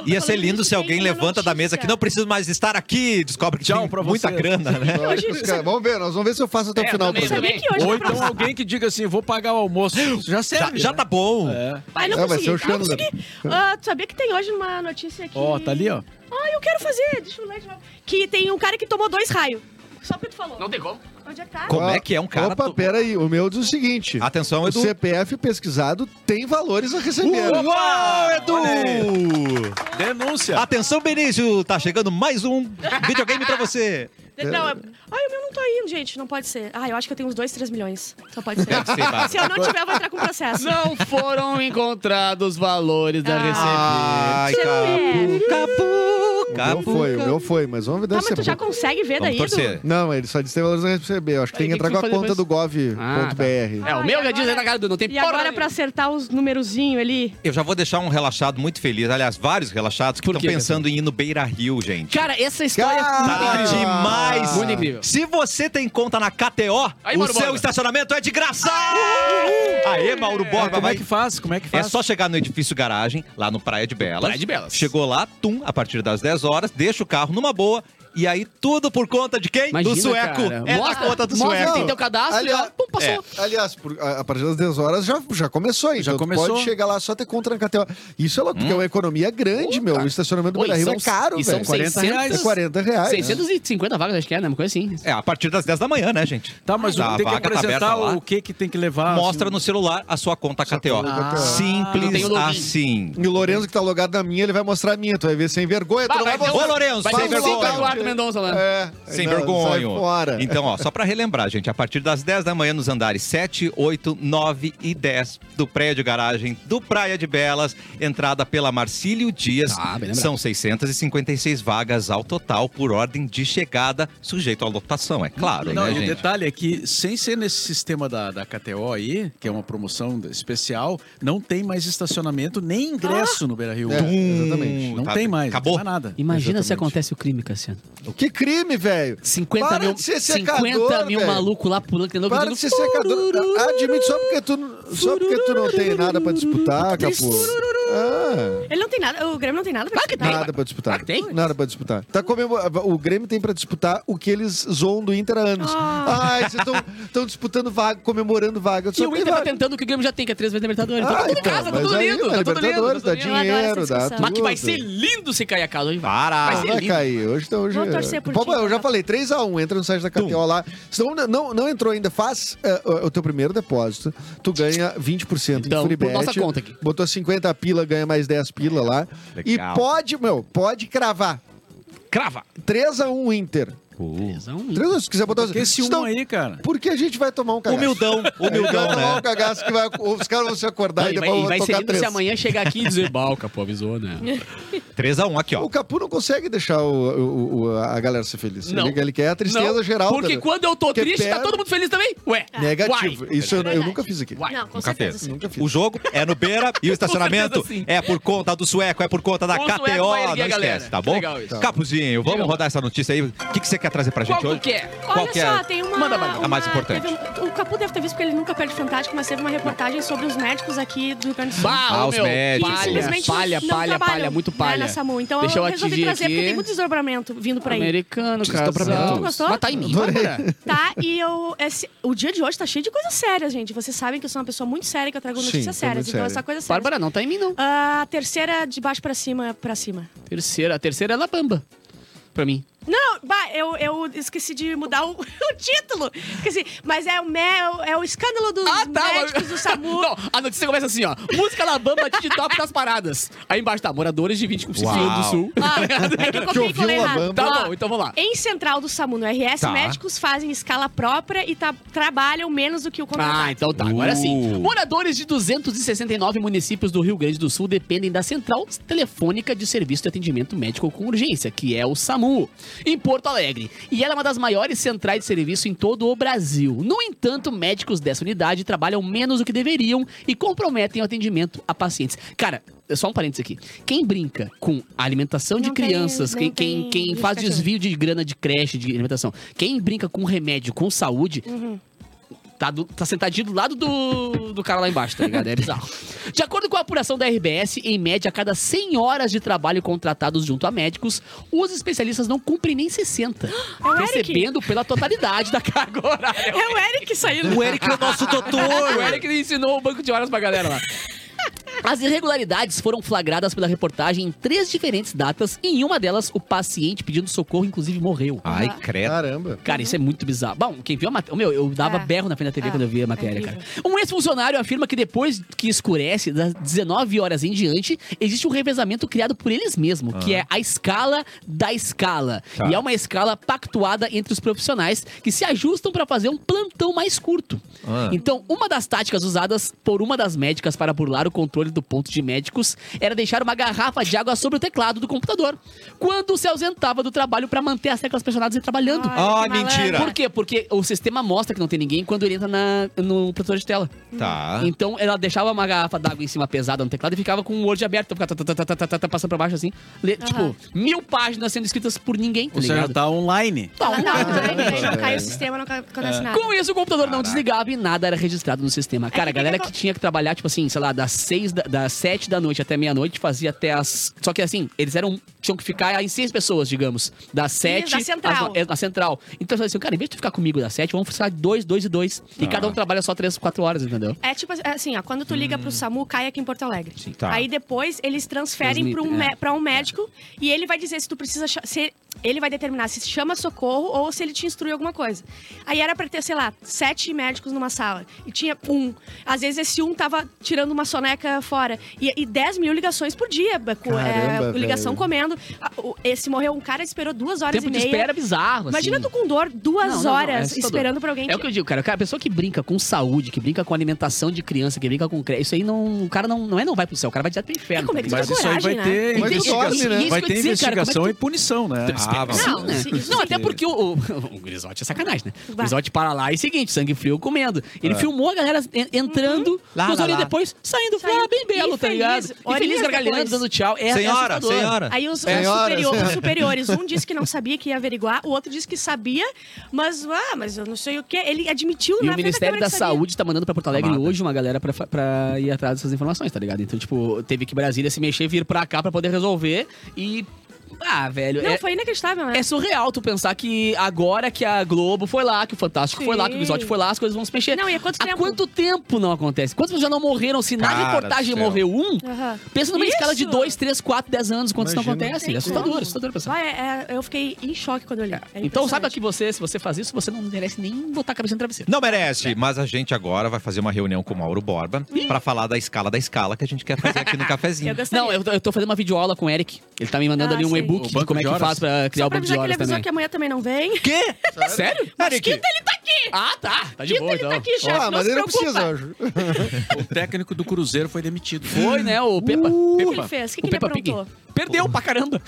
Ia ser falando lindo isso, se alguém tem uma levanta da notícia. mesa que não preciso mais estar aqui, descobre que Tchau tem pra muita você. grana, *laughs* né? Eu acho é que os caras- Vamos ver, nós vamos ver se eu faço até o É, final. do também, programa. Sabia que hoje Ou é então prof- alguém que diga assim: vou pagar o almoço. Já Já, serve. já tá bom. É. Ai, não É, vai consegui. ser o Ah, não Chandler. consegui. Ah, tu sabia que tem hoje uma notícia aqui? Ó, tá ali, ó. Ai, eu quero fazer. Deixa eu ler de novo. Que tem um cara que tomou dois raios. Só porque tu falou. Não tem como. Onde é que tá? Como é que é um cara Opa, é do- peraí, o meu diz o seguinte. Ah, tá, Atenção, O Edu. CPF pesquisado tem valores a receber. Uau, Ah, Olha Edu! Denúncia. Atenção, Benício, tá chegando mais um videogame pra *laughs* você. Não, é... Ai, o meu não tá indo, gente. Não pode ser. Ai, eu acho que eu tenho uns 2, 3 milhões. Só pode ser. Deve ser, tá. Bárbara. Se eu não tiver, eu vou entrar com processo. Não *laughs* foram encontrados valores da Ah. receita. Você capu, O meu foi, o meu foi, mas vamos ver Tá, deve mas tu ser já bom. consegue ver Vamos daí, torcer. Não, ele só disse que tem valores a receber. Eu acho que tem Aí, que o que entrar que com foi a conta depois? do gov.br. Ah, tá. É, o Ah, meu e já diz aí agora? na cara do não tem E porra agora, nenhuma. pra acertar os numerozinhos ali... Eu já vou deixar um relaxado muito feliz. Aliás, vários relaxados que Por estão quê, pensando em ir no Beira Rio, gente. Cara, essa história Tá Cara, é incrível. demais! Muito incrível. Se você tem conta na KTO, Aí, o Mauro seu Borba. estacionamento é de graça! Aê, Mauro Borba, Como é vai que faz? Como é que É faz? só chegar no edifício garagem, lá no Praia de Belas. Praia de Belas. Chegou lá, tum, a partir das 10 horas, deixa o carro numa boa. E aí, tudo por conta de quem? Imagina, do sueco. cara. É Mostra- da conta do mostra sueco. que tem teu cadastro e Aliás- ó, pum, É. passou. Aliás, por- a, a partir das 10 horas já, já começou, então É. Já tu começou. pode chegar lá só ter conta na KTO. Isso é louco, porque é uma Hum. economia grande, meu. O estacionamento do Oi, Beira Rio é são- caro, e são velho. 600 É 40 reais. 650 vagas, acho que é, né? Uma coisa assim. É, a partir das 10 da manhã, né, gente? Tá, mas Tá, a tem que vaga tá aberta apresentar lá. o que que tem que levar. Mostra assim, no celular a sua conta KTO. conta da KTO. Não tem Simples o login. assim. E o Lourenço que tá logado na minha, ele vai mostrar a minha. Tu vai ver sem vergonha, tu não vai ter um- Ô, Lourenço, vai sem ter um cinco vergonha. Eduardo Mendonça lá. É, Sem não, sai vergonha. Fora. Então, ó, só pra relembrar, gente, a partir das 10 da manhã nos andares 7, 8, 9 e 10 do prédio garagem do Praia de Belas, entrada pela Marcílio Dias. Ah, Tá, bem lembrado. São 656 vagas ao total por ordem de chegada, sujeito à lotação, é claro, Não, né, e o gente? detalhe é que, sem ser nesse sistema da, da KTO aí, que é uma promoção especial, não tem mais estacionamento nem ingresso no Beira Rio. É, exatamente. Não Tá, tem mais. acabou. Não tem mais nada. Imagina se Exatamente. acontece o crime, Cassiano. Que crime, velho. 50 Para mil, de ser 50 secador, mil velho. maluco lá pulando, que um Para de ser Tá, secador. Admite só porque tu, só porque tu não tem nada pra disputar, capô. Ah, Ele não tem nada, o Grêmio não tem nada pra Claro que tem. disputar. nada pra disputar. Ah, tem? Nada pra disputar. Tá comemor... O Grêmio tem pra disputar o que eles zoam do Inter há anos. Ah. Ai, vocês estão disputando vaga, comemorando vaga. Só E o tem Inter tá vaga. tentando o que o Grêmio já tem, que é três vezes Libertadores. tá Ah, tudo em então, casa, tá mas tudo aí, lindo. a Tá tudo lindo. Libertadores tá dá tudo lindo. adoro essa dinheiro, dá discussão. Mas que vai Ah, tudo. ser lindo se cair a casa hoje. Vai. Para! Vai ser Ah, vai lindo. cair. Hoje tá hoje. Vou torcer por Pô, ti, eu já Rafa. falei, 3x1, entra no site da KTO lá. Se não, não, não entrou ainda, faz eh, o- o teu primeiro depósito, tu ganha 20% Então, em free por bet. nossa conta aqui. Botou 50 pila, ganha mais 10 pila lá. Legal. E pode, meu, pode cravar. Crava. 3x1 Inter. 3x1, se quiser botar... Porque esse um Então, aí, cara. Porque a gente vai tomar um cagaço. *laughs* Humildão, vai humildão, tomar né? um cagaço que vai, os caras vão se acordar Não, e e vai, depois e vão vai ser tocar lindo três. se amanhã chegar aqui e dizer, balca, pô, avisou, né? 3x1 aqui, ó. O Capu não consegue deixar o- o- o- a galera ser feliz. Não. Ele, ele quer a tristeza Não, geral. tá Porque entendeu? quando eu tô Porque triste, tá perde- todo mundo feliz também? Ué. Negativo. Uai. Isso eu, eu Verdade. nunca fiz aqui. Uai. Não, com Nunca certeza. fez. sim. Nunca fiz. O jogo é no Beira *laughs* e o estacionamento certeza, sim. é por conta do sueco, é por conta da O KTO. sueco vai erguer não a galera. esquece, tá Que bom? legal isso. Capuzinho, vamos Diga lá. rodar essa notícia aí. O que, que você quer trazer pra gente Qual hoje? que é? Olha Qual que é? só, tem uma. Manda bala. A mais importante. teve um- o Capu deve ter visto porque ele nunca perde Fantástico, mas teve uma reportagem sobre os médicos aqui do Rio Grande do Sul. Bah, Ah, ô, os meu, médicos. que palha, simplesmente palha, não palha, trabalham, palha, muito né, palha. na SAMU. Então Deixa eu eu resolvi atingir trazer, aqui. porque tem muito desdobramento vindo por aí. Americano, cara. Desdobramento. Gostou? Mas tá em mim, cara. Tá, e eu. esse- o dia de hoje tá cheio de coisas sérias, gente. Vocês sabem que eu sou uma pessoa muito séria, que eu trago Sim, notícias tô sérias. muito Então, sério. essa coisa séria. Ah, Bárbara, não tá em mim, não. A terceira de baixo pra cima, pra cima. Terceira. A terceira é La Bamba. Pra mim. Não, bah, eu, eu esqueci de mudar o, o título. Esqueci. Mas é o, mé- é o escândalo dos médicos do SAMU. *laughs* Não, a notícia começa assim, ó. Música La Bamba atinge top das paradas. Aí embaixo tá, moradores de 25 Uau. do Sul. Ah, é que eu Que copiei e ouviu colei La errado. Bamba. Tá Ó, bom, então vamos lá. Em central do SAMU, no RS, Tá. médicos fazem escala própria e tá- trabalham menos do que o contratado. Ah, então tá. Agora sim. Uh. Moradores de 269 municípios do Rio Grande do Sul dependem da Central Telefônica de Serviço de Atendimento Médico com Urgência, que é o SAMU, em Porto Alegre. E ela é uma das maiores centrais de serviço em todo o Brasil. No entanto, médicos dessa unidade trabalham menos do que deveriam e comprometem o atendimento a pacientes. Cara, só um parênteses aqui. Quem brinca com a alimentação de Não tem- crianças, não quem, quem, tem quem faz justificativa. desvio de grana de creche, de alimentação, quem brinca com remédio, com saúde, Tá, do- tá sentadinho do lado do, do cara lá embaixo, tá ligado? É bizarro. De acordo com a apuração da RBS, em média, a cada 100 horas de trabalho contratados junto a médicos, os especialistas não cumprem nem 60. É o Eric. recebendo pela totalidade da carga horária. *laughs* É o Eric saindo. O Eric é o nosso doutor. O Eric ensinou o banco de horas pra galera lá. As irregularidades foram flagradas pela reportagem em três diferentes datas, e em uma delas, o paciente pedindo socorro, inclusive, morreu. Ai, credo. Caramba. Cara, isso é muito bizarro. Bom, quem viu a matéria. Meu, eu dava É. berro na frente da TV É. quando eu vi a matéria, É cara. incrível. Um ex-funcionário afirma que depois que escurece, das 19 horas em diante, existe um revezamento criado por eles mesmos, que é a escala da escala. Ah. Tá. E é uma escala pactuada entre os profissionais que se ajustam pra fazer um plantão mais curto. Ah. Então, uma das táticas usadas por uma das médicas para burlar o controle do ponto de médicos era deixar uma garrafa de água sobre o teclado do computador quando se ausentava do trabalho pra manter as teclas pressionadas e trabalhando. Ah, que malandro. mentira. Por quê? Porque o sistema mostra que não tem ninguém quando ele entra na- no protetor de tela. Tá. Então ela deixava uma garrafa d'água em cima pesada no teclado e ficava com o Word aberto, ficava tá, tá, tá, tá, tá, tá, tá, passando pra baixo assim. Lê, Tipo, mil páginas sendo escritas por ninguém, tá Ou seja, ligado? tá online. Tá, Ela um- tá online, aí não cai o sistema, não cai- acontece nada. Com isso, o computador não desligava e nada era registrado no sistema. *laughs* Cara, a que galera tem que tinha que trabalhar, tipo assim, sei lá, das seis, da, das sete da noite até meia-noite, fazia até as... Só que assim, eles eram... Tinham que ficar em seis pessoas, digamos. Das sete... da central. às no- é, na central. Então, eu falei assim, cara, em vez de tu ficar comigo das sete, vamos ficar dois, dois e dois. E cada um trabalha só três, quatro horas, entendeu? É tipo assim, ó, quando tu liga Hum. pro SAMU, cai aqui em Porto Alegre. Tá. Aí depois eles transferem para um, Transmitem, é. mé- pra um médico e ele vai dizer se tu precisa. cha- Se ele vai determinar se chama socorro ou se ele te instrui alguma coisa. Aí era pra ter, sei lá, sete médicos numa sala. E tinha um. Às vezes esse um tava tirando uma soneca fora. E, e 10 mil ligações por dia. com- Caramba, é, ligação velho. Comendo. Ah, o- Esse morreu, um cara esperou duas horas Tempo e de meia. espera bizarro, Imagina assim. tu com dor Não, não, duas não, é horas assustador. esperando pra alguém. É o que eu digo, cara. Cara, A pessoa que brinca com saúde, que brinca com alimentação de criança, que brinca com creche, isso aí não. O cara não, não é não vai pro céu, o cara vai direto pro inferno. É, como é que tá tu ligado? Mas isso aí vai coragem, né? ter Mas tu dorme, investigação. né? Vai Isso que eu ia ter dizer, cara, investigação como é e punição, né? Tem que Esperavam. Sim, Não, né? sim, isso Não, sim. até porque o, o, o Grisote é sacanagem, né? O Vai. Grisote para lá e seguinte, sangue frio comendo. Ele filmou a galera en- entrando, É. Lá, duas lá, horas lá. depois, saindo, Uhum. Saindo. ah, bem belo, tá Infeliz, ligado? horinhas Infeliz, gargalhando, depois. dando tchau. É, é Senhora, assustador. senhora. Aí os, os Senhoras. superior- os superiores, um disse que não sabia que ia averiguar, o outro disse que sabia, mas, ah, mas eu não sei o que. Ele admitiu E na o frente Ministério da Câmara que sabia. Saúde tá mandando pra Porto Alegre Amada. hoje uma galera pra, fa- pra ir atrás dessas informações, tá ligado? Então, tipo, teve que Brasília se mexer, vir pra cá pra poder resolver e... Ah, velho, Não, é, foi inacreditável, né? é surreal tu pensar que agora que a Globo foi lá, que o Fantástico foi lá, que o Sim. Bisote foi lá, as coisas vão se mexer. Não, e há quanto Há tempo? quanto tempo não acontece? Quantas pessoas já não morreram? Se na Cara reportagem do céu. morreu um, Aham. pensa numa escala de Isso! 2, 3, 4, 10 anos, quantos não Imagina. acontece. É Tem assustador, como. assustador pensar. Vai, é, é, eu fiquei em choque quando eu li. É então, sabe impressionante. que você, se você faz isso, você não merece nem botar a cabeça no travesseiro. Não merece, mas a gente agora vai fazer uma reunião com o Mauro Borba pra falar da escala da escala que a gente quer fazer aqui *laughs* no cafezinho. Eu gostaria. Não, eu, tô- eu tô fazendo uma videoaula com o Eric. Ele tá me mandando Ah, ali um sei. e-book O de banco como é de que horas. faz pra criar Só o pra banco de avisar que ele horas avisou também. que amanhã também não vem. Quê? Sério? Quinta ele tá aqui! Ah, tá. Tá de Quinta boa, *laughs* ele então. tá aqui, chefe. Ah, não mas se ele não preocupa. precisa, acho. O técnico do Cruzeiro foi demitido. Foi, né, o Pepa? Pepa. O que que Uh, ele fez? O que, o que ele Peppa Pig. aprontou? Perdeu pra *laughs* caramba.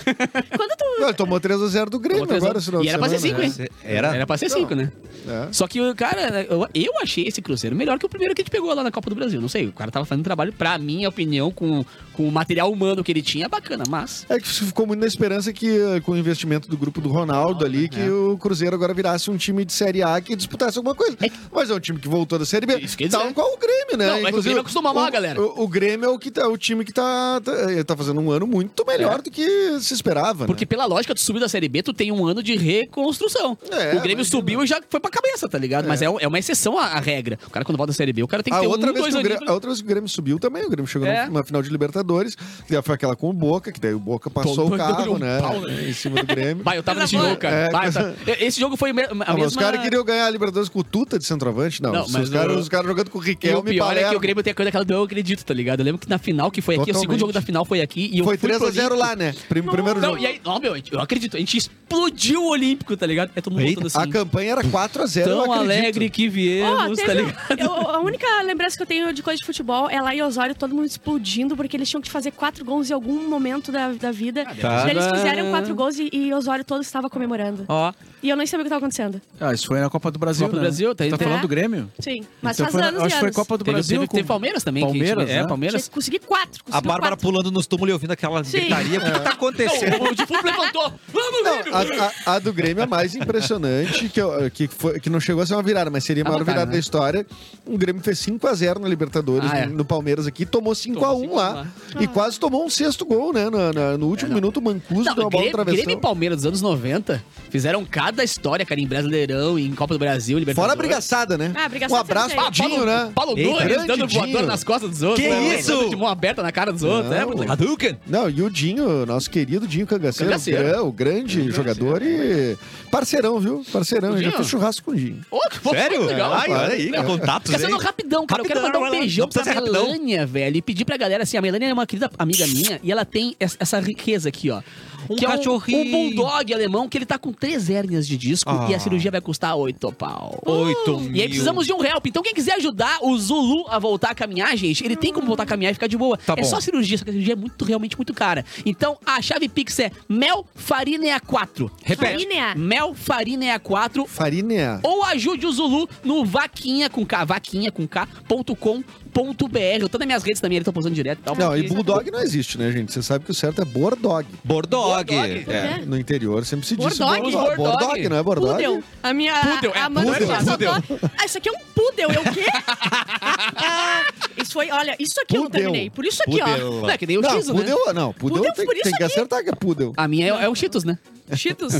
Quando tu... Ele tomou 3x0 do Tomou Grêmio três agora, anos. esse final E de era pra ser semana, 5, hein? Era? Era pra ser 5, né? né? É. Só que, cara, eu, eu achei esse Cruzeiro melhor que o primeiro que a gente pegou lá na Copa do Brasil. Não sei, o cara tava fazendo um trabalho, pra minha opinião, com, com o material humano que ele tinha, bacana, mas. É que ficou muito na esperança que, eh, com o investimento do grupo do Ronaldo né? ali, que é. o Cruzeiro agora virasse um time de Série A que disputasse alguma coisa. Mas é um time que voltou da Série B. Isso que eu ia tal dizer. qual o Grêmio, né? Não, é que o Inclusive, Grêmio acostuma mal, o- galera. O, o Grêmio é o, que tá, o time que tá, tá, eh, tá fazendo um ano muito melhor do que se esperava. É. né? Porque pela lógica de subir da Série B, tu tem um ano de reconstrução. É, o Grêmio mas- subiu e já foi pra cabeça, tá ligado? Mas é, um- é uma exceção à, à regra. O cara, quando volta da Série B, o cara tem né? que A ter outra, um, vez dois que o anos. Grêmio, a outra vez que o Grêmio subiu também, o Grêmio chegou É. numa final de Libertadores, que foi aquela com o Boca, que daí o Boca passou Tomou- o carro, deu um né? pau, Em cima do Grêmio. Vai, eu tava nesse jogo, cara. É, Vai, eu tava- Esse jogo foi me- a Ah, mesma... mas os caras queriam ganhar a Libertadores com o Tuta de centroavante? Não, Não, os, mas os caras o- os caras jogando com o E o Riquelme pior é que Palermo. o Grêmio tem a coisa daquela do eu acredito, tá ligado? Eu lembro que na final que foi aqui, o segundo Totalmente. jogo da final foi aqui e eu Foi fui pro 3x0 lá, né? Prim- Primeiro Não, jogo. e aí, ó, meu, eu acredito, a gente explodiu o Olímpico, tá ligado? É todo mundo Eita, voltando A assim. campanha era 4x0, eu Tão acredito. alegre que Ó, viemos, tá teve um- ligado? eu- a única lembrança que eu tenho de coisa de futebol é lá em Osório, todo mundo explodindo, porque eles tinham que fazer quatro gols em algum momento da, da vida. Ah, Cara. Eles fizeram quatro gols e, e Osório todo estava comemorando. Ó, E eu nem sabia o que estava acontecendo. Ah, isso foi na Copa do Brasil. Copa do né? Brasil, tá tá entendendo? falando do Grêmio? Sim, mas Então faz foi na- anos e acho que foi anos. Copa do teve, um Brasil. teve, teve com- Palmeiras também. que a gente- Palmeiras, é, né? Palmeiras. Consegui quatro. Consegui A Bárbara quatro. pulando nos túmulos e ouvindo aquela Sim. gritaria. O *laughs* que, que tá acontecendo? O Difumo levantou. Vamos, Não, Grêmio! a, a- a do Grêmio é mais impressionante, que, eu- que, foi- que não chegou a ser uma virada, mas seria a Ah, maior batalha, virada né? da história. O Grêmio fez 5x0 na Libertadores, Ah, é. no Palmeiras aqui, tomou 5x1 Tomou um lá. E quase tomou um sexto gol, né? na- na- no último minuto, o Mancuso É, Não, deu uma bola Grêmio, atravessada. Grêmio e Palmeiras dos anos 90 fizeram cada história, cara, em Brasileirão, em Copa do Brasil, Fora Libertadores. a brigaçada, né? Ah, a um brigaçada abraço Ah, pro sempre Paulo, Dinho, né? Paulo Eita, Nunes grande dando Dinho. voador nas costas dos outros. Que né? isso? Dando De mão aberta na cara dos outros. É, muito legal. Hadouken! Não, e o Dinho, nosso querido Dinho Cangaceiro, Cangaceiro. gran- o grande jogador e parceirão, viu? Parceirão, eu já Dinho? fiz churrasco com o Dinho. Ô, que fofo, Sério? legal. Ai, cara. olha aí, Não. contatos, Fica sendo hein? rapidão, cara. Rapidão, eu quero mandar não, um não beijão precisa pra ser rapidão. Melânia, velho. E pedir pra galera, assim, a Melânia é uma querida amiga minha e ela tem es- essa riqueza aqui, ó. Um que cachorrinho. é um, um bulldog alemão que ele tá com três hérnias de disco Ah. e a cirurgia vai custar oito pau. Oito mil. E aí precisamos de um help. Então quem quiser ajudar o Zulu a voltar a caminhar, gente, ele tem como voltar a caminhar e ficar de boa. Tá é bom. só cirurgia, só que a cirurgia é muito, realmente muito cara. Então a chave Pix é melfarinea4. Repete. Farinea. Melfarinea4 Farinha. ou ajude o Zulu no vaquinha com K, vaquinha com K.com.br. Eu tô nas minhas redes também, ele tá postando direto e tal. Não, e porque- Bulldog não existe, né, gente? Você sabe que o certo é Bordog. Bordog. Bordog. É. No interior sempre se diz Bordog, Bordog. Bordog. Bordog, não é Bordog? Pudel. A minha. Pudel, é a Amanda pudel, tinha é só pudel. dó- Ah, isso aqui é um pudel, é o quê? *laughs* isso foi, olha, isso aqui eu não Pudel. terminei. Por isso aqui, ó. Não, é que nem o não, X, né? Pudel, não, Pudel, Pudel, tem, por isso tem que aqui. acertar que é Pudel. A minha é, é o Cheetos, né? Cheetos. A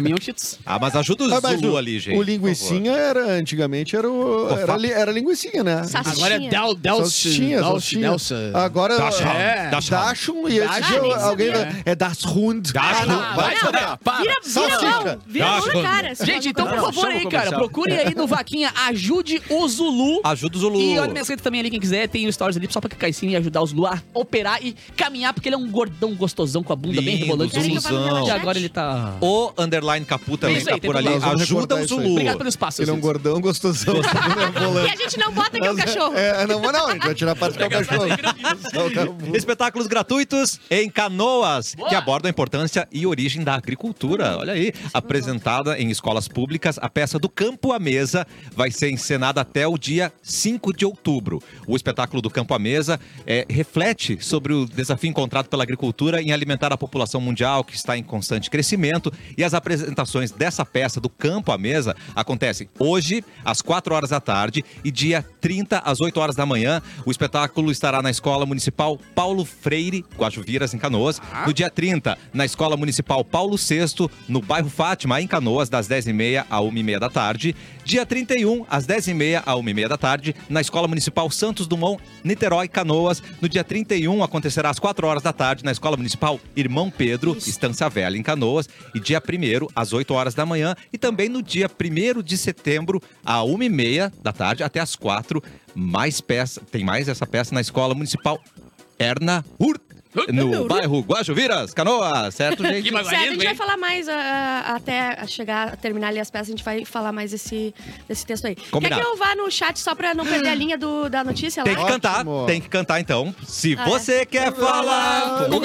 minha é o Cheetos. Ah, mas ajuda o né? Ah, mas Zulu o- ali, gente. O por favor. linguicinha era, antigamente, era, o, Fofato. era, li- era linguicinha, né? Saci- Agora é Del, Del, Salsichinha, salsichinha. Agora Dachshund, É. Dachshund. Dachshund, e esse Dachshund. dia Ah, nem alguém sabia. vai- é Das Hund. Dachshund. Ah, não, Ah, vai não, saber. Vira, vira a Salsicha. mão. Vira a mão na Salsicha. cara. assim, essa Gente, então, por coisa. Não, favor chama o aí, comercial. cara, procurem aí no Vaquinha Ajude o Zulu. Ajuda o Zulu. E olha minhas redes também ali, quem quiser, tem o stories ali só pra cair sim e ajudar o Zulu a operar e caminhar, porque ele é um gordão gostosão com a bunda bem Lindo, rebolante. Querem que eu fale no Zuluzão. E relaxante? agora ele tá. O underline Capu também Isso tá aí, tem por ali. problema. Vamos Ajuda recordar o isso aí. Zulu. Paulo. Obrigado pelo espaço. Ele é um Cid. gordão gostosão. E a gente não bota aqui o cachorro. *laughs* É, não, não, a gente vai tirar a parte do cachorro. Não, tá bom. Espetáculos gratuitos em canoas, Boa. que abordam a importância e origem da agricultura. Olha aí. Apresentada em escolas públicas, a peça do Campo à Mesa vai ser encenada até o dia 5 de outubro. O espetáculo do Campo à Mesa é, reflete sobre o desafio encontrado pela agricultura em alimentar a população mundial, que está em constante crescimento. E as apresentações dessa peça do Campo à Mesa acontecem hoje, às 4 horas da tarde, e dia 30, às 8 horas da manhã. O espetáculo estará na Escola Municipal Paulo Freire, Guajuviras, em Canoas. No dia 30, na Escola Municipal Paulo VI, no bairro Fátima, em Canoas, das 10h30 à 1h30 da tarde. Dia 31, às 10h30 à 1h30 da tarde, na Escola Municipal Santos Dumont, Niterói, Canoas. No dia 31, acontecerá às 4 horas da tarde, na Escola Municipal Irmão Pedro, Estância Velha, em Canoas. E dia 1 às 8 horas da manhã. E também no dia 1 de setembro, à 1h30 da tarde, até às 4 mais peça, tem mais essa peça na Escola Municipal Erna Hurt, no bairro Guajuviras, Canoas, *laughs* certo, gente? Que Certo, a gente Lindo, vai hein? falar mais ah, até chegar, terminar ali as peças, a gente vai falar mais desse, desse texto aí. Combinado. Quer que eu vá no chat só pra não perder a linha do- da notícia Tem lá? que cantar, Ótimo. tem que cantar então. Se Ah, Tá é. você quer falar com o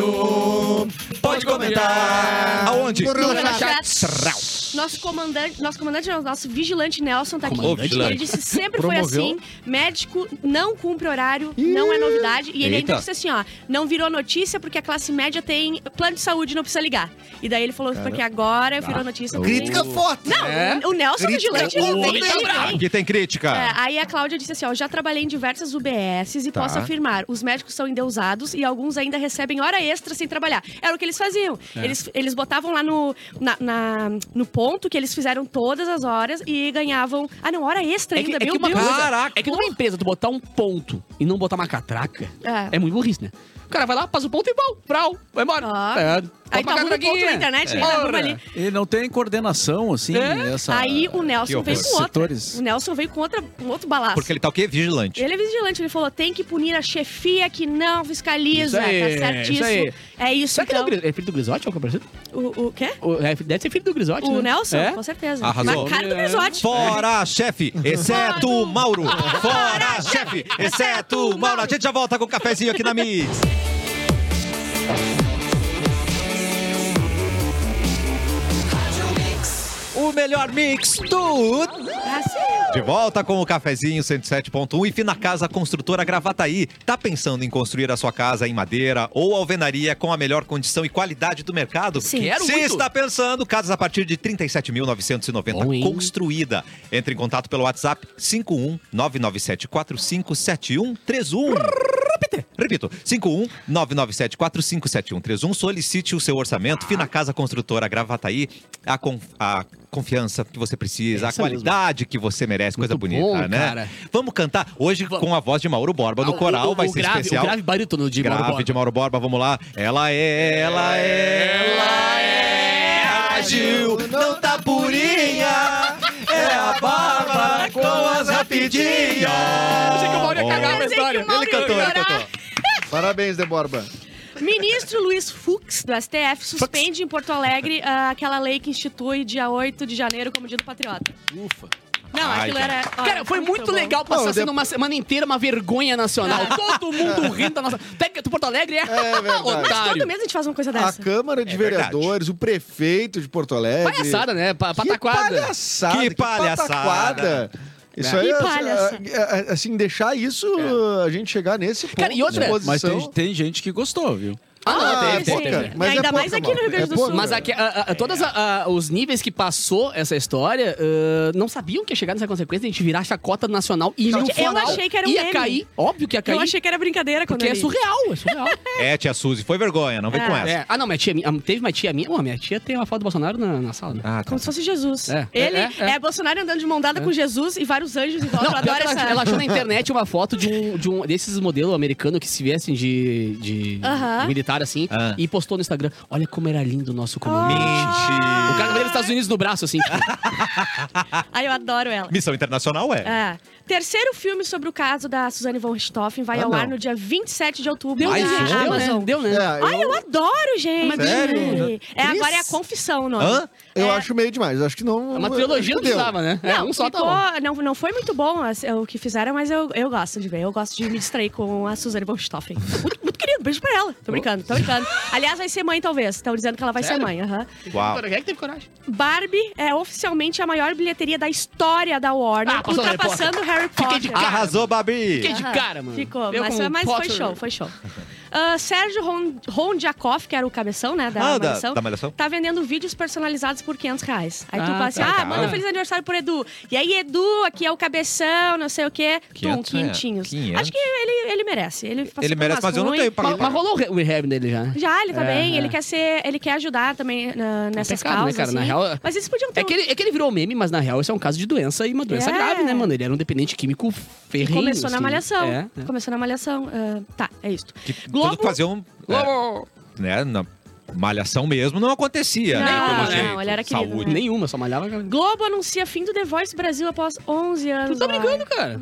cafezinho, pode comentar. Aonde? No No relaxado. chat. Nosso comandante, nosso comandante, não, nosso vigilante Nelson tá aqui. Comandante. Ele disse sempre foi Promoveu. assim, médico não cumpre horário, não é novidade. E ele Eita. ainda disse assim, ó, não virou notícia porque a classe média tem plano de saúde, não precisa ligar. E daí ele falou, porque agora Tá. virou notícia. porque- Crítica forte. né? Não, Né? o Nelson Crítica vigilante, ele boa. vem, Ele tá ele vem. Aqui tem crítica. É, aí a Cláudia disse assim, ó, já trabalhei em diversas UBSs e Tá. posso afirmar, os médicos são endeusados e alguns ainda recebem hora extra sem trabalhar. Era o que eles faziam. É. Eles, eles botavam lá no, na- na- no ponto que eles fizeram todas as horas e ganhavam... Ah, não, hora extra É que, ainda, é que meu uma Deus. coisa, Caraca. é que numa empresa tu botar um ponto e não botar uma catraca, É. é, muito burrice, né? O cara vai lá, passa o ponto e pau, prau, vai embora. Ah. É, Aí bota uma tá ruim o ponto na catraquinha. É. internet, né? ainda arruma Ora. ali. Ele não tem coordenação, assim, É. essa... Aí o Nelson horror. veio com outra. Setores. O Nelson veio com outra, um outro balaço. Porque ele tá o quê? Vigilante. Ele é vigilante, ele falou: tem que punir a chefia que não Isso fiscaliza. aí, tá certíssimo. isso aí. É isso, Será que ele é então. o Gris- é filho do Grisotti? É o que apareceu? o, o quê? O- é, Deve ser filho do Grisotti, O né? Nelson, É? com certeza. Arrasou. Na cara do Grisotti. Fora, chefe, exceto o Mauro. Fora, Fora, chefe, chefe, exceto o Mauro. A gente já volta com o cafezinho aqui na Mix. O melhor mix do Ah, sim. de volta com o cafezinho 107.1 e Finacasa Construtora Gravataí. Tá pensando em construir a sua casa em madeira ou alvenaria com a melhor condição e qualidade do mercado? Sim. Quero Se muito. está pensando, casas a partir de 37.990 Bom, hein? construída. Entre em contato pelo WhatsApp 51997457131. Repito, 51997457131. Solicite o seu orçamento. Fina Casa Construtora Gravataí. A, conf- a confiança que você precisa, a Essa mesmo. qualidade que você merece. Coisa Muito bonita, bom, né? cara. Vamos cantar hoje Vamos. com a voz de Mauro Borba no Ah, o- coral. o- vai o ser grave, especial. O grave barítono de grave Mauro Borba. de Mauro Borba. Vamos lá. Ela é, ela é, ela é ágil, não tá purinha. É a barba com as rapidinhas. Achei que né? o Mauro ia cagar na Pensei que história. o Mauro Ele cantou, ele ia chorar. cantou. Parabéns, De Borba. Ministro Luiz Fux, do STF, suspende em Porto Alegre ah, aquela lei que institui dia 8 de janeiro como Dia do Patriota. Ufa. Não, Ai, aquilo cara. era. olha, Cara, foi muito bom. legal passar Não, é sendo de- uma semana inteira uma vergonha *laughs* nacional. Todo mundo rindo da nossa. Pega tu Porto Alegre é, verdade. Mas *laughs* todo otário. Ah, mês a gente faz uma coisa A dessa. Câmara de É verdade. Vereadores, o prefeito de Porto Alegre. Palhaçada, né? Pa- Pataquada. Que palhaçada. Que Que palhaçada. pataquada. Isso É. aí, Que é- palhaçada. é- é- assim, deixar isso, a gente chegar nesse ponto Cara, e outra? de Mas posição. tem, tem gente que gostou, viu? Ah, não, Ah, teve, é teve, pouca. teve. Mas Ainda é mais pouca, aqui no Rio Mauro. Grande É do pouca. Sul. Mas aqui, a- a- a- ah, todas a- a- os níveis que passou essa história ah, não sabiam que ia chegar nessa consequência de a gente virar chacota nacional e Gente, eu nacional. achei que era um Ia meme. cair, óbvio que ia cair. Eu achei que era um brincadeira quando Porque é ele- surreal, é *laughs* surreal. É, tia Suzy, foi vergonha, não vem É. com essa. É. Ah, não, minha tia, minha- teve uma tia minha. Pô, minha tia tem uma foto do Bolsonaro na, na sala. Né? Ah, tá. Como se fosse Jesus. É, é, Ele é, é, é. Bolsonaro andando de mão dada com Jesus e vários anjos em volta. Não, eu pior adoro que ela, essa. ela achou na internet uma foto de um, de um desses modelos americanos que se vestem de, de Aham. militares comentário assim Ah. e postou no Instagram. Olha como era lindo o nosso comandante. Ah. O Mentira. cara veio dos Estados Unidos no braço, assim. Ai, eu adoro ela. Missão Internacional é. É. Terceiro filme sobre o caso da Suzane von Richthofen vai Ah, ao não. ar no dia 27 de outubro Deu, Mais na um? né? Deu, Amazon. né? Deu, né? É, eu, Ai, eu adoro, gente. Mas Sério? É, agora é a Cris? confissão, não. Hã? eu é- acho meio demais. Acho que não. É uma trilogia não deu. precisava, né? É, Não, um só ficou, tá bom. não, não foi muito bom assim, o que fizeram, mas eu, eu gosto de ver. Eu gosto de me distrair com a Suzane von Richthofen. Muito, muito querido, beijo pra ela. Tô brincando, tô brincando. Aliás, vai ser mãe, talvez. Estão dizendo que ela vai Sério? ser mãe. aham. Uau. Quem é que teve coragem? Barbie é oficialmente a maior bilheteria da história da Warner, Ah, passou Harry ultrapassando Harry Potter. Fiquei de cara. Arrasou, Babi. é Fiquei de cara, mano. Ficou, Eu mas, com mas foi Potter. show, foi show. Ah, Sérgio Ron- Rondiakoff, que era o cabeção, né, da Ah, da- Malhação, da Malhação. tá vendendo vídeos personalizados por 500 reais. Aí tu Ah, fala assim, tá, ah, cara. manda um feliz aniversário pro Edu. E aí, Edu, aqui é o cabeção, não sei o quê. 500 Tum, é- quinhentinhos. 500. Acho que ele, ele merece. Ele, passou Ele por merece, umas mas eu não ruins. tenho Mas, pra mas rolou o rehab dele já. né? Já, ele tá É, bem. é. Ele quer ser, ele quer ajudar também na- nessas pecado, né, causas. cara? Na assim. real, Mas eles podiam ter É que, ele, é que ele virou meme, mas na real esse é um caso de doença e uma doença É. grave, né, mano? Ele era um dependente químico um... ferrenho. Começou na assim. malhação. É, é. Começou na malhação. Ah, tá, é isso. Que Globo. tudo que fazia um. é, né, na malhação mesmo não acontecia. né, Não, pelo não, jeito. ele era querido, Saúde. né? Nenhuma, só malhava. cara. Globo anuncia fim do The Voice Brasil após 11 anos. Não tá no ar. brincando, cara.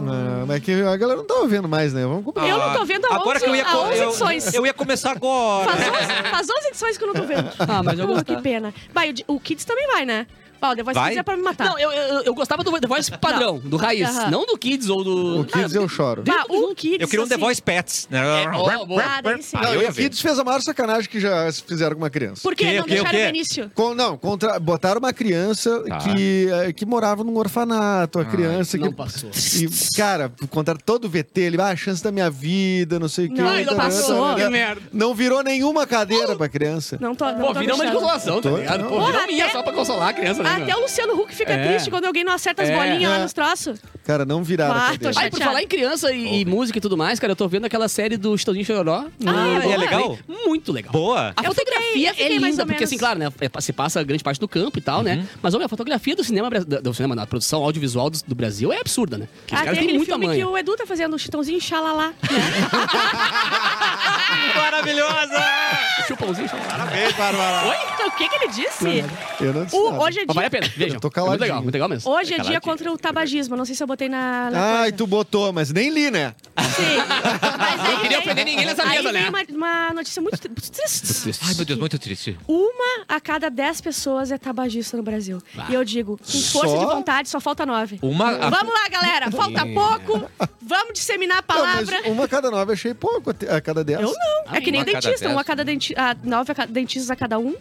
Ah, mas é que a galera não tava vendo mais, né? Vamos combinar. Eu não tô vendo há Ah, agora 11 que eu ia há co- 11 eu- edições. Eu ia começar agora. Faz 11, faz 11 edições que eu não tô vendo. Ah, mas eu Pô, gostava. Que pena. Vai, o de- o Kids também vai, né? Ó, o The Voice Vai? Kids é pra me matar. Não, eu, eu, eu gostava do The Voice padrão, do raiz. Aham. Não do Kids ou do... O Kids eu choro. Bah, o Kids, Eu queria um The assim, Voice Pets. né? ó, boa. Ah, daí sim. Ah, eu ia o ver. Kids fez a maior sacanagem que já fizeram com uma criança. Por quê? O quê? Não O quê? O deixaram o quê? Benício. Com- não, contra, botaram uma criança Tá. que, eh, que morava num orfanato, a criança Não que. passou. E, cara, contaram todo o VT, ele, ah, a chance da minha vida, não sei o tá, que. Não, não passou. Que merda. Não virou nenhuma cadeira pra criança. Não tô, não Pô, tô virou uma de deixando. consolação, tá Tô- ligado? Pô, Porra, virou minha até- só pra consolar a criança, né? Até meu? o Luciano Huck fica É. triste quando alguém não acerta as É. bolinhas lá É. nos troços. Cara, não viraram Ah, a tô cadeira. chateada. Aí, por falar em criança e, e música e tudo mais, cara, eu tô vendo aquela série do Estudinho Chororó. no- Ah, é boa? legal? Muito legal. Boa. A Eu fiquei- fotografia eu fiquei é mais linda, ou porque menos. assim, claro, né? é, Se passa grande parte do campo e tal, Uhum. né? Mas, olha, a fotografia do cinema, bra- do do cinema, não, a produção audiovisual do, do Brasil é absurda, né? Porque os Ah, tem caras têm aquele muita filme que manha. o Edu tá fazendo, o Chitãozinho Xalalá. Ah! Maravilhosa! Chupãozinho, chupão. Parabéns, Bárbara. Oi? O que que ele disse? Eu não disse O- nada. hoje é Mas vale a dia, *laughs* pena, vejam. Eu tô É muito legal, caladinho. muito legal mesmo. hoje é dia Caladinho. contra o tabagismo. Não sei se eu botei na, na Ah, é coisa. e tu botou, mas nem li, né? Sim. Mas aí queria vem- ofender ninguém nessa aí mesa, vem né? Uma, uma notícia muito tri- muito triste. Ai, meu Deus, muito triste. Uma a cada dez pessoas é tabagista no Brasil. E eu digo, com força Só? de vontade, só falta nove. Uma- a- Vamos lá, galera. Falta pouco. Vamos disseminar a Não, mas palavra. uma a cada nove achei pouco, até- a cada dez. Eu não. É que nem Uma a cada dentista. dez, Uma a cada denti ah, nove a cada- dentistas a cada um.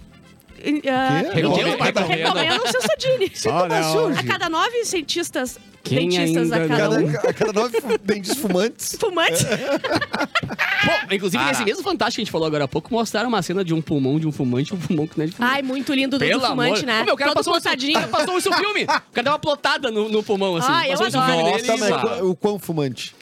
E, ah, Quê? Recomendo, recomendo- recomendo. Recomendo o seu Sodini. Olha, A cada nove cientistas, Quem dentistas a ainda cada Cada- um. a cada nove fu- dentes fumantes. Fumante. Pô, inclusive, Cara. nesse mesmo fantástico que a gente falou agora há pouco, mostraram uma cena de um pulmão, de um fumante, um pulmão que não é de fumante. Ai, muito lindo Ah, do do fumante, né? Ô, meu, o cara Todo passou, o plotadinho. cara *laughs* passou o seu filme. O cara deu uma plotada no, no pulmão, assim. Ah, eu passou o seu adoro. filme Nossa, dele. Tá, mas e- qu- o quão fumante.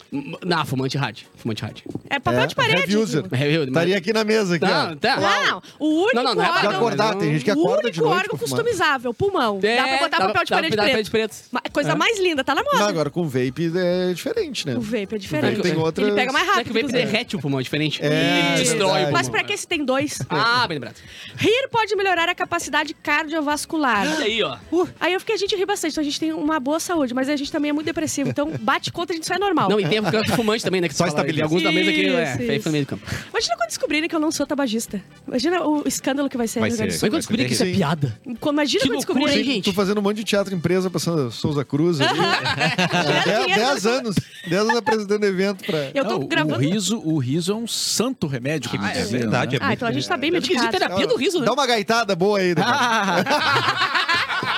Não, fumante rádio. Fumante rádio. É papel É, de parede. heavy user. Guima. É, eu- mas- Estaria aqui na mesa. Aqui, ó. Não, tá. Não, o único Não, não, não é De papel, órgão, acordar, mas tem não- gente que o acorda de único noite órgão pra fumar. customizável, pulmão. É, dá pra botar dá papel de dá parede pra botar preto. Ma- Coisa É. mais linda, tá na moda. Não, agora com vape é diferente, né? O vape é diferente. Tem outras- Ele pega mais Será que rápido. o vape inclusive. derrete o pulmão, é diferente? É, Ele destrói o verdade. pulmão. Mas pra que se tem dois? Ah, bem lembrado. Rir pode melhorar a capacidade cardiovascular. Uh, Olha aí, ó. Aí eu fiquei, a gente ri bastante, então a gente tem uma boa saúde, mas a gente também é muito depressivo, então bate conta, a gente só é normal. Não, e tem o fumante também, né? Que tu Só fala, estabiliza. tem Alguns da mesa que é, Isso, feio isso. no meio do campo. Imagina quando descobrirem que eu não sou tabagista. Imagina o escândalo que vai ser. Vai no Rio ser. Mas quando descobri que isso é Sim. piada. Grande do Sul. Imagina Que quando loucura, descobrirem. hein? gente. Tô fazendo um monte de teatro empresa passando Souza Cruz. ali. *laughs* Tirando Dez, dinheiro dez da- anos. Dez anos apresentando evento pra. Eu tô Não, O gravando. riso, o riso é um santo remédio que me é diziam, verdade, né? Ah, então a gente tá bem Eu acho que existe medicado. terapia do riso, né? Dá uma gaitada boa aí. Daniel.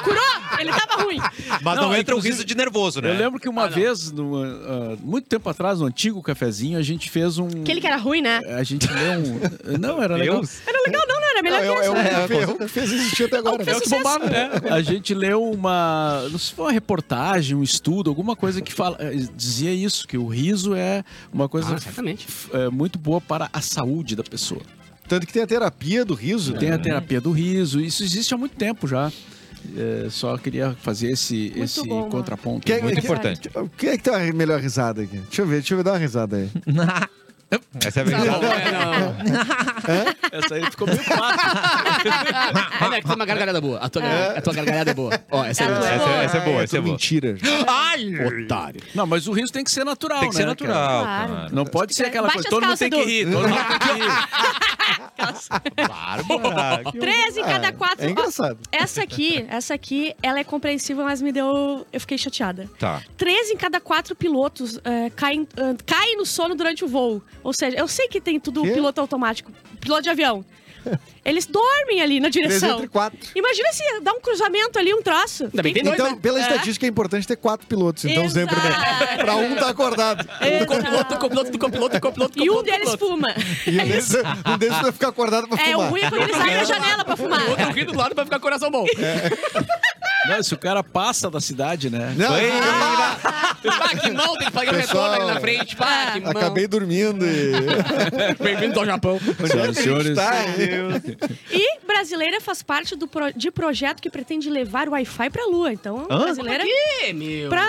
Curou! Ele tava ruim. Ah, Mas não, Não, entra o inclusive- riso de nervoso, né? Eu lembro que uma vez, numa, ah, muito tempo atrás, no antigo cafezinho, a gente fez um. Aquele que era ruim, né? A gente leu um. *laughs* Não, era legal. Deus. Era legal, não, não, era melhor Não, eu- que eu- eu- essa. eu- eu que é um fez existir até agora. fez né? um sucesso. É, A gente leu uma. Não sei se foi uma reportagem, um estudo, alguma coisa que fala, eh, dizia isso, que o riso é uma coisa tá. Ah, certamente. f- eh, muito boa para a saúde da pessoa. Tanto que tem a terapia do riso. né? Tem a terapia do riso, isso existe há muito tempo já. Eh, só queria fazer esse, Muito esse bom, né? mano. contraponto. Quem- é Muito quem- importante. Quem é que tem a melhor risada aqui? Deixa eu ver, deixa eu ver dar uma risada aí. Essa é a Tá verdade. bom, é, não. Essa aí ficou meio fácil. É, né, que foi uma gargalhada boa. A tua, gargalhada- a tua gargalhada é boa. Ó, essa é Ela boa. é Essa, essa é boa, essa é tudo boa. mentira. Otário. *laughs* Não, mas o riso tem que ser natural, Tem que né, ser natural, Claro. cara? cara. Não pode ser aquela Baixa coisa. as Todo mundo calças, tem que Edu. rir. Todo mundo tem que *laughs* rir. Bárbara, que- Três em cada quatro. É Ó, engraçado. essa aqui, essa aqui, ela é compreensível, mas me deu. Eu fiquei chateada. Tá. Três em cada quatro pilotos eh, caem, ah, caem no sono durante o voo. Ou seja, eu sei que tem tudo Quê? piloto automático, piloto de avião. Eles dormem ali na Três direção. entre quatro. Imagina se dá um cruzamento ali, um troço. Ainda bem que tem dois, Então, né? pela estatística, é importante ter quatro pilotos. Então, Exato. sempre bem. Pra um tá acordado. Um copiloto, um copiloto, um copiloto, um copiloto. E um copiloto, deles copiloto. fuma. E um deles, um deles vai ficar acordado pra É, o fumar. ruim é quando ele sai da janela pra fumar. O outro ri do lado pra ficar com o coração bom. Não, se o cara passa da cidade, né? Não, é Oi, Pá, Ah, que mão, tem que pagar o Pessoal, retorno ali na frente. Pá, que mão. acabei dormindo. E... É. Bem-vindo ao Japão. Onde é que a gente senhores. tá, hein? E brasileira faz parte do pro- de projeto que pretende levar o Wi-Fi pra lua. Então, brasileira. é Que, meu. Pra.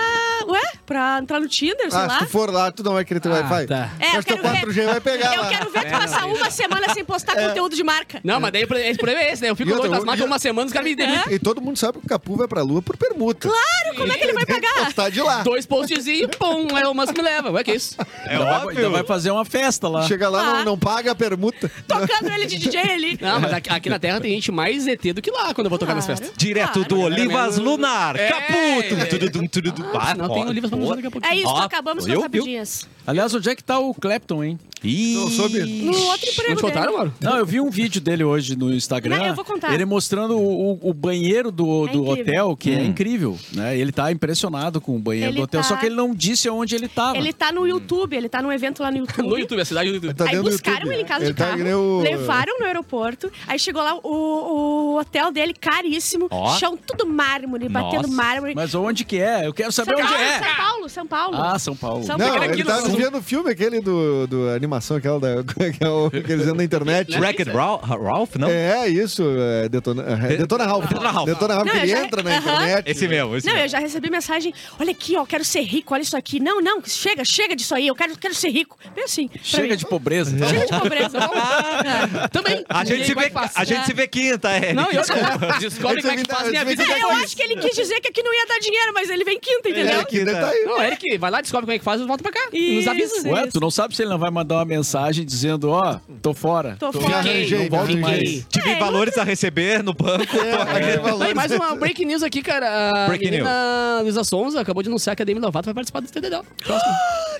Ué? Pra entrar no Tinder, sei Ah, se lá. tu for lá, tu não vai querer ter Ah, Wi-Fi. tá. É, eu Mas teu quero ver. 4G vai pegar Eu lá. É. quero ver tu passar uma semana sem postar conteúdo de marca. Não, mas daí o problema é esse, né? Eu fico E outra, longe das eu- marcas e- uma semana, os caras me demitem. E todo mundo sabe que o Capu vai pra lua por permuta. Claro, como é que ele vai pagar? Tá de lá. Dois postzinhos, pum, aí o Musk me leva. Ué, que isso? É Ainda vai- ainda óbvio. vai fazer uma festa lá. Chega lá, Ah. não, não paga a permuta. Tocando ele de DJ ali. Não, mas aqui, aqui na Terra tem gente mais ET do que lá quando eu vou tocar nas festas. Direto do Olivas Lunar. É. Caputo. Tudu, tudu, tudu, tudu. Ah, Não, tem ó, Olivas pra boa. mostrar daqui a pouco. É isso, Ó, acabamos com eu- as eu- rapidinhas. Aliás, onde é que tá o Clapton, hein? Ih. Não soube. No outro emprego Não te dele. contaram, mano? Não, eu vi um vídeo dele hoje no Instagram. Não, eu vou contar. Ele mostrando o, o- o banheiro do, É do incrível. hotel, que é Hum. incrível. Né? Ele tá impressionado com o banheiro Ele do hotel, tá- só que ele não disse onde ele tava. Ele tá no YouTube, ele tá num evento lá no YouTube. No YouTube, a cidade do YouTube. Tá aí dentro do buscaram YouTube. ele em casa Ele de tá carro, que nem o- levaram no aeroporto, aí chegou lá o, o hotel dele caríssimo, Ó. chão tudo mármore, batendo Nossa, mármore. Mas onde que é? Eu quero saber São, onde Paulo, é. São Paulo, São Paulo. Ah, São Paulo. São Não, Porque ele aquilo tá não- vendo o filme aquele do, do a animação, aquela da, *laughs* que, é o, que eles andam na internet. Né? Wreck-It Ralph, Ralph, não? É isso, é, Detona, é, Detona Ralph. Detona Ralph. Não, que eu ele já- entra na Aham. internet. Esse mesmo, esse Não, eu mesmo. já recebi mensagem. Olha aqui, ó, quero ser rico, olha isso aqui. Não, não, chega, chega disso aí, eu quero, quero ser rico. Bem assim. pra Chega mim. de pobreza. Chega de pobreza. É, vamos. Também. A gente, se Ninguém vê, vai é fácil. a gente se vê quinta, é. Eric. Não, *laughs* e outra, descobre Esse como é que vida- faz minha esse vida. vida- É, eu acho que ele quis dizer que aqui não ia dar dinheiro, mas ele vem quinta, É, entendeu? aqui, ele tá aí. Não, Eric, vai lá, descobre como é que faz e volta pra cá. E nos Isso, avisa. isso. Ué, tu não sabe se ele não vai mandar uma mensagem dizendo, ó, tô fora. Tô Me fora. arranjei, Não volte me arranjei. mais. Tive É, valores a receber no banco. É, aquele valor. Não, e mais uma break news aqui, cara. A Break menina Luísa Sonza acabou de anunciar que a Demi Lovato vai participar do TDD. Próximo.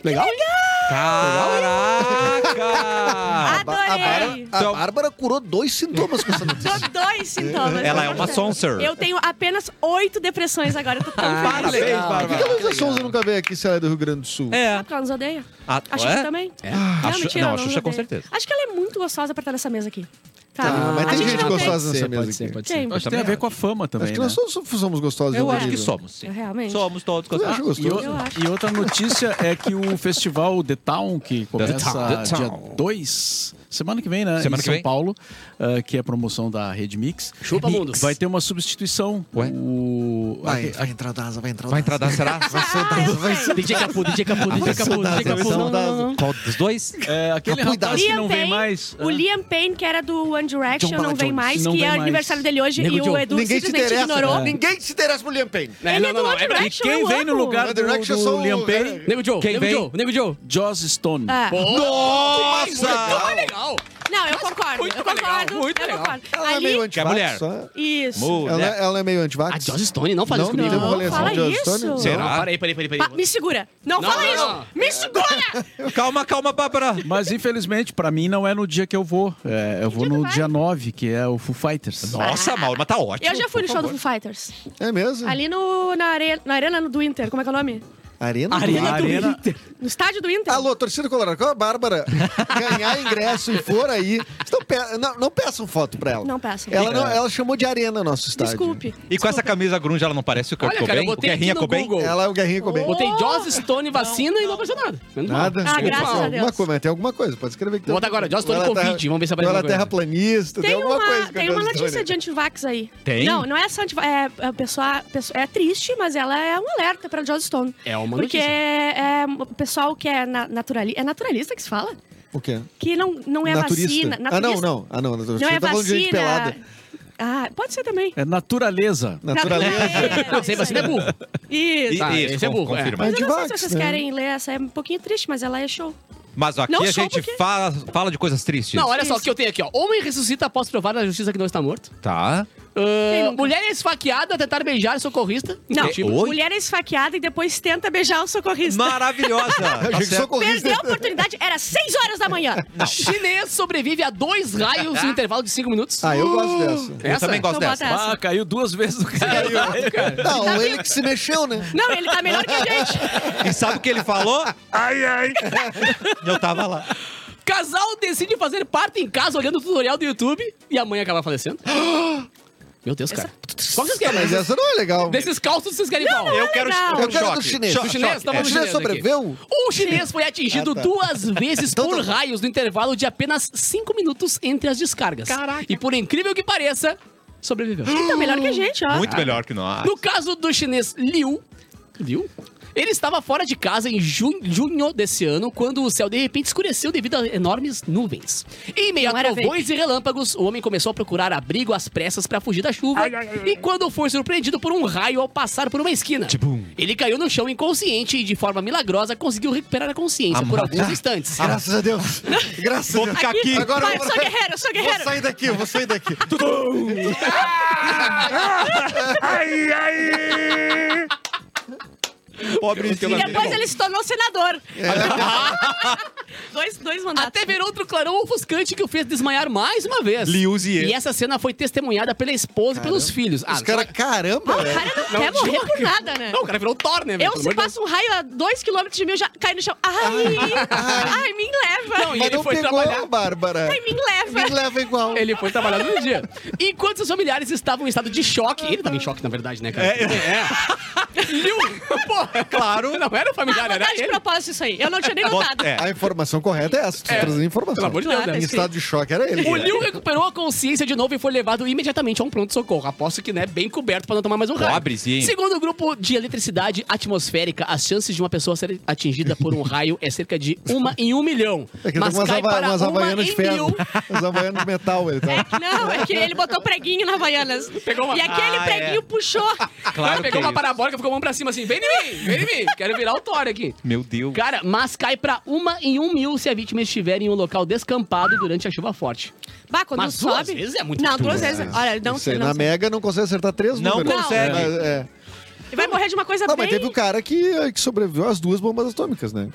Legal? Caraca! A, Bárbara, Adorei. a Bárbara curou dois sintomas com essa notícia. Tô dois sintomas. Ela é uma sonser. Ah, Eu tenho apenas oito depressões agora, eu tô tão feliz. Parabéns, legal. *laughs* Por Bárbara. que a Luísa Souza nunca veio aqui se ela é do Rio Grande do Sul? É. Sabe que ela nos odeia? Ah, A ué? Xuxa também? A Xu- não, a ela nos Xuxa com odeia. certeza. Acho que ela é muito gostosa pra estar nessa mesa aqui. Tá, Tá, mas a tem gente gente não gostosa. nessa mesa pode aqui. ser, pode Tem. ser. Acho que tem a ver com a fama também, Acho que nós né? somos, somos gostosos. Eu em algum acho que nível. somos, sim. Eu realmente. Somos todos. Eu acho Ah, E, gostoso. o- Eu acho. e outra notícia é que o festival The Town, que começa Town, The dia Town. 2, semana que vem, né? Semana em que São vem. Paulo, ah, que é a promoção da Rede Mix. Chupa, E mundo. Vai ter uma substituição. Ué? O... Vai, aque- vai entrar o Daza, vai entrar o Vai entrar, dar, será? *laughs* DJ Capu, DJ Capu, DJ Capu, DJ Capu. Não, não, não. Qual dos dois? é, aquele Capu e rapaz que Liam não vem Payne, mais. O Liam Payne, que era do One Direction, John não vem Paul mais, Jones. que Não é vem o mais. aniversário dele hoje Nego e o Joe. Edu Ninguém se simplesmente interessa. ignorou. Ninguém se interessa pro Liam Payne. Ele é Não, do não, não. One É E verdade. Direction, quem eu vem no amo. lugar One do, é Direction do só o- Liam Payne? Nego Joe, Quem Nego vem? Joe, Nego Joe. Joss Stone. Ah. Nossa! Legal! Não, eu concordo. muito eu legal, concordo. muito eu legal. concordo. Ela é Ali, meio Que é mulher. antivax. só. isso. Ela, Mulher. ela é meio A antivax. Joss Stone, não faz isso Não, comigo. não, Não, rolê, fala John isso. Stone, não. Será? Não, Parei, parei, parei, parei. Pa- me segura. Não, Não, fala não, isso. não. Me segura. Calma, calma, Bárbara. Mas infelizmente, pra mim, não é no dia que eu vou. É, eu vou dia tu no vai? dia 9, que é o Foo Fighters. Nossa, Mauro, mas tá ótimo. Eu já fui no por show do favor. Foo Fighters. É mesmo? Ali no, na, arena, na arena do Inter. Como é que é o nome? Arena, Arena do do Arena- Inter. No estádio do Inter. Alô, torcida colorada, qual a Bárbara ganhar ingresso e for aí, então pe- não, não peçam foto pra ela. Não peçam. Ela, não- ela chamou de arena nosso estádio. Desculpe. E com essa camisa grunge, ela não parece o Kurt Olha, cara, eu Cobain? O botei aqui Guerrinha no Cobain? Google. Ela é o Guerrinho comendo. Botei Joss Stone, vacina e não apareceu nada. Menos mal. Nada. Ah, graças Alguma a Deus. coisa, tem alguma coisa, pode escrever que tem Bota alguma agora, coisa. Joss Stone Ou ela Covid, vamos ver se aparece ou Ela alguma coisa. terraplanista, tem, Tem alguma coisa. uma, com tem Joss uma Stone. notícia de antivax aí. Tem? Não, não é essa antivax. É, a pessoa, pessoa- é triste, mas ela é um alerta pra John Stone. É uma Porque notícia. é, é, o pessoal que é, na, naturali, é naturalista que se fala? O quê? que não, não é vacina. Ah, não, naturista. não. Ah, não. Naturista. Não é Eu tava falando de gente vacina. pelada. Ah, pode ser também. É naturaleza. Naturaleza. Não, sem vacina é burro. Isso. Isso, Tá, esse é con- burro, é. confirma. Mas eu não sei se Antivax, vocês né? querem ler essa, é um pouquinho triste, mas ela é show. Mas aqui Não a sou gente porque- fala, fala de coisas tristes. Não, olha só o que eu tenho aqui, ó. Homem ressuscita após provar na justiça que não está morto. Tá. Ah, nunca? mulher é esfaqueada a tentar beijar socorrista. Não, Curitiba. Oi? mulher é esfaqueada e depois tenta beijar o socorrista. Maravilhosa. Eu tá achei que certo. socorrista. Perdeu a oportunidade, era 6 horas da manhã. Chinês sobrevive a dois raios no intervalo de cinco minutos. Ah, eu gosto dessa. Eu também gosto Então bota dessa. essa. Ah, caiu duas vezes no cara. Tá Não, ele que se mexeu, né? Não, ele tá melhor que a gente. E sabe o que ele falou? Ai, ai. *laughs* Eu tava lá. Casal decide fazer parto em casa olhando o tutorial do YouTube e a mãe acaba falecendo. *gasps* Meu Deus, cara. Qual que vocês querem? Mas essa não é legal. Desses calços vocês querem qual? Eu quero, legal. eu quero Eu quero choque. do chinês. Cho- O chinês, choque. É. tá bom. O chinês sobreveu? O Um chinês foi atingido Ah, tá. *laughs* duas vezes Então por tá bom. raios no intervalo de apenas cinco minutos entre as descargas. Caraca. E por incrível que pareça, *gasps* sobreviveu. Tá melhor que a gente, ó. Muito melhor que nós. No caso do chinês Liu. Liu? Ele estava fora de casa em jun- junho desse ano, quando o céu de repente escureceu devido a enormes nuvens. Em meio Não a era trovões e relâmpagos, o homem começou a procurar abrigo às pressas para fugir da chuva. e quando foi surpreendido por um raio ao passar por uma esquina, ele caiu no chão inconsciente e, de forma milagrosa, conseguiu recuperar a consciência por alguns instantes. Graças a Deus. *laughs* Graças a Vou Deus. ficar aqui. Agora Vai, eu sou guerreiro, eu sou guerreiro. Vou sair daqui, eu vou sair daqui. Ai, ai. Pobre E depois ele se tornou senador. *laughs* dois, dois mandatos. Até ver outro clarão ofuscante que o fez desmaiar mais uma vez. Liuzier. E essa cena foi testemunhada pela esposa e pelos filhos. Ah, Os caras, caramba, O velho. cara não, quer morrer por nada, né? Não, o cara virou Thor, né? velho? Eu, Pelo amor se de passo um raio a 2km de mim, eu já caio no chão. Ai, ai, me leva. Não, e Mas ele não foi pegou trabalhar. a Bárbara. Ai, me leva. Me leva igual. Deus. Ele foi trabalhar no dia. Enquanto seus familiares estavam em estado de choque. Ele tava em choque, na verdade, né, cara? É, é. Liu, pô, é claro. Não era o Ah, familiar, era botaram de ele. propósito isso aí. Eu não tinha nem Bota- notado. é. A informação correta é essa. Tu tá trazendo informação. Pelo amor de Deus, Claro, né? Em estado de choque era ele. O Liu recuperou a consciência de novo e foi levado imediatamente a um pronto-socorro. Aposto que, né, bem coberto pra não tomar mais um raio. Pobrezinho. Segundo o grupo de eletricidade atmosférica, as chances de uma pessoa ser atingida por um raio é cerca de uma em um milhão. *laughs* É que ele tá mas com umas, cai hava- para umas uma havaianas de em ferro. mil. *laughs* Umas havaianas de metal, ele tá. Não, é que ele botou preguinho na Havaianas. Pegou uma- E aquele Ah, é. preguinho puxou. Cara, Claro que pegou é uma isso. parabólica, ficou a mão pra cima assim. Vem em mim, vem em mim. Quero virar o Thor aqui. Meu Deus. Cara, mas cai pra uma em um mil se a vítima estiver em um local descampado durante a chuva forte. Bah, quando Mas sobe. duas vezes é muito Não, tudo, duas vezes. Olha, um não Isso sei. aí, Não, na sei. Mega não é consegue acertar três Não números. consegue. Mas, é. Tá Ele Vai morrer de uma coisa Não, bem. mas teve um o cara que, que sobreviveu às duas bombas atômicas, né?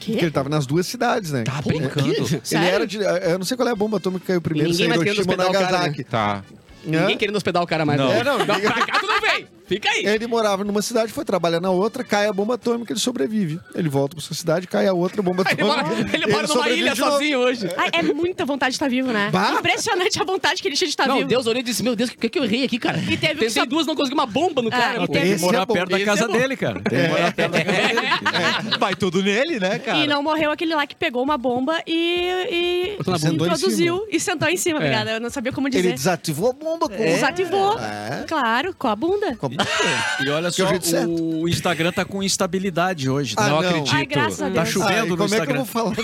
Quê? Porque ele tava nas duas cidades, né? Tá Pô, brincando. que- Ele Sério? era de. Eu não sei qual é a bomba atômica que caiu primeiro, Ninguém se é mais Hiroshima ou querendo hospedar o cara, né? Nagasaki. Tá. Ninguém Hã? querendo hospedar o cara mais. Não. né? É, não não, ninguém- pra cá tu não vem. Fica aí. Ele morava numa cidade, foi trabalhar na outra, cai a bomba atômica, ele sobrevive. Ele volta pra sua cidade, cai a outra bomba Ele atômica. mora, ele mora numa sobrevive ilha de novo. sozinho hoje. Ai, é muita vontade de estar vivo, né? Bah. Impressionante a vontade que ele tinha de estar Não, vivo. Deus olhou e disse, meu Deus, o que, que eu errei aqui, cara? Ah, E teve um que Tentei só- duas, não consegui uma bomba no cara. pô. e teve- Tem que Esse é morar bom, perto da esse é casa bom. dele, cara. Tem que morar perto da casa dele. Vai tudo nele, né, cara? E não morreu aquele lá que pegou uma bomba e, e Botou na bunda. introduziu e sentou em cima, É. obrigada. Eu não sabia como dizer. né? Ele desativou a bomba com um Desativou. É. Claro, com a bunda. Com a bomba. E olha Que é só, o jeito certo. o Instagram tá com instabilidade hoje. né? Ah, não, não. acredito. Ai, graças a Tá Deus. Ah, e chovendo no como é que eu Instagram. vou falar? Tá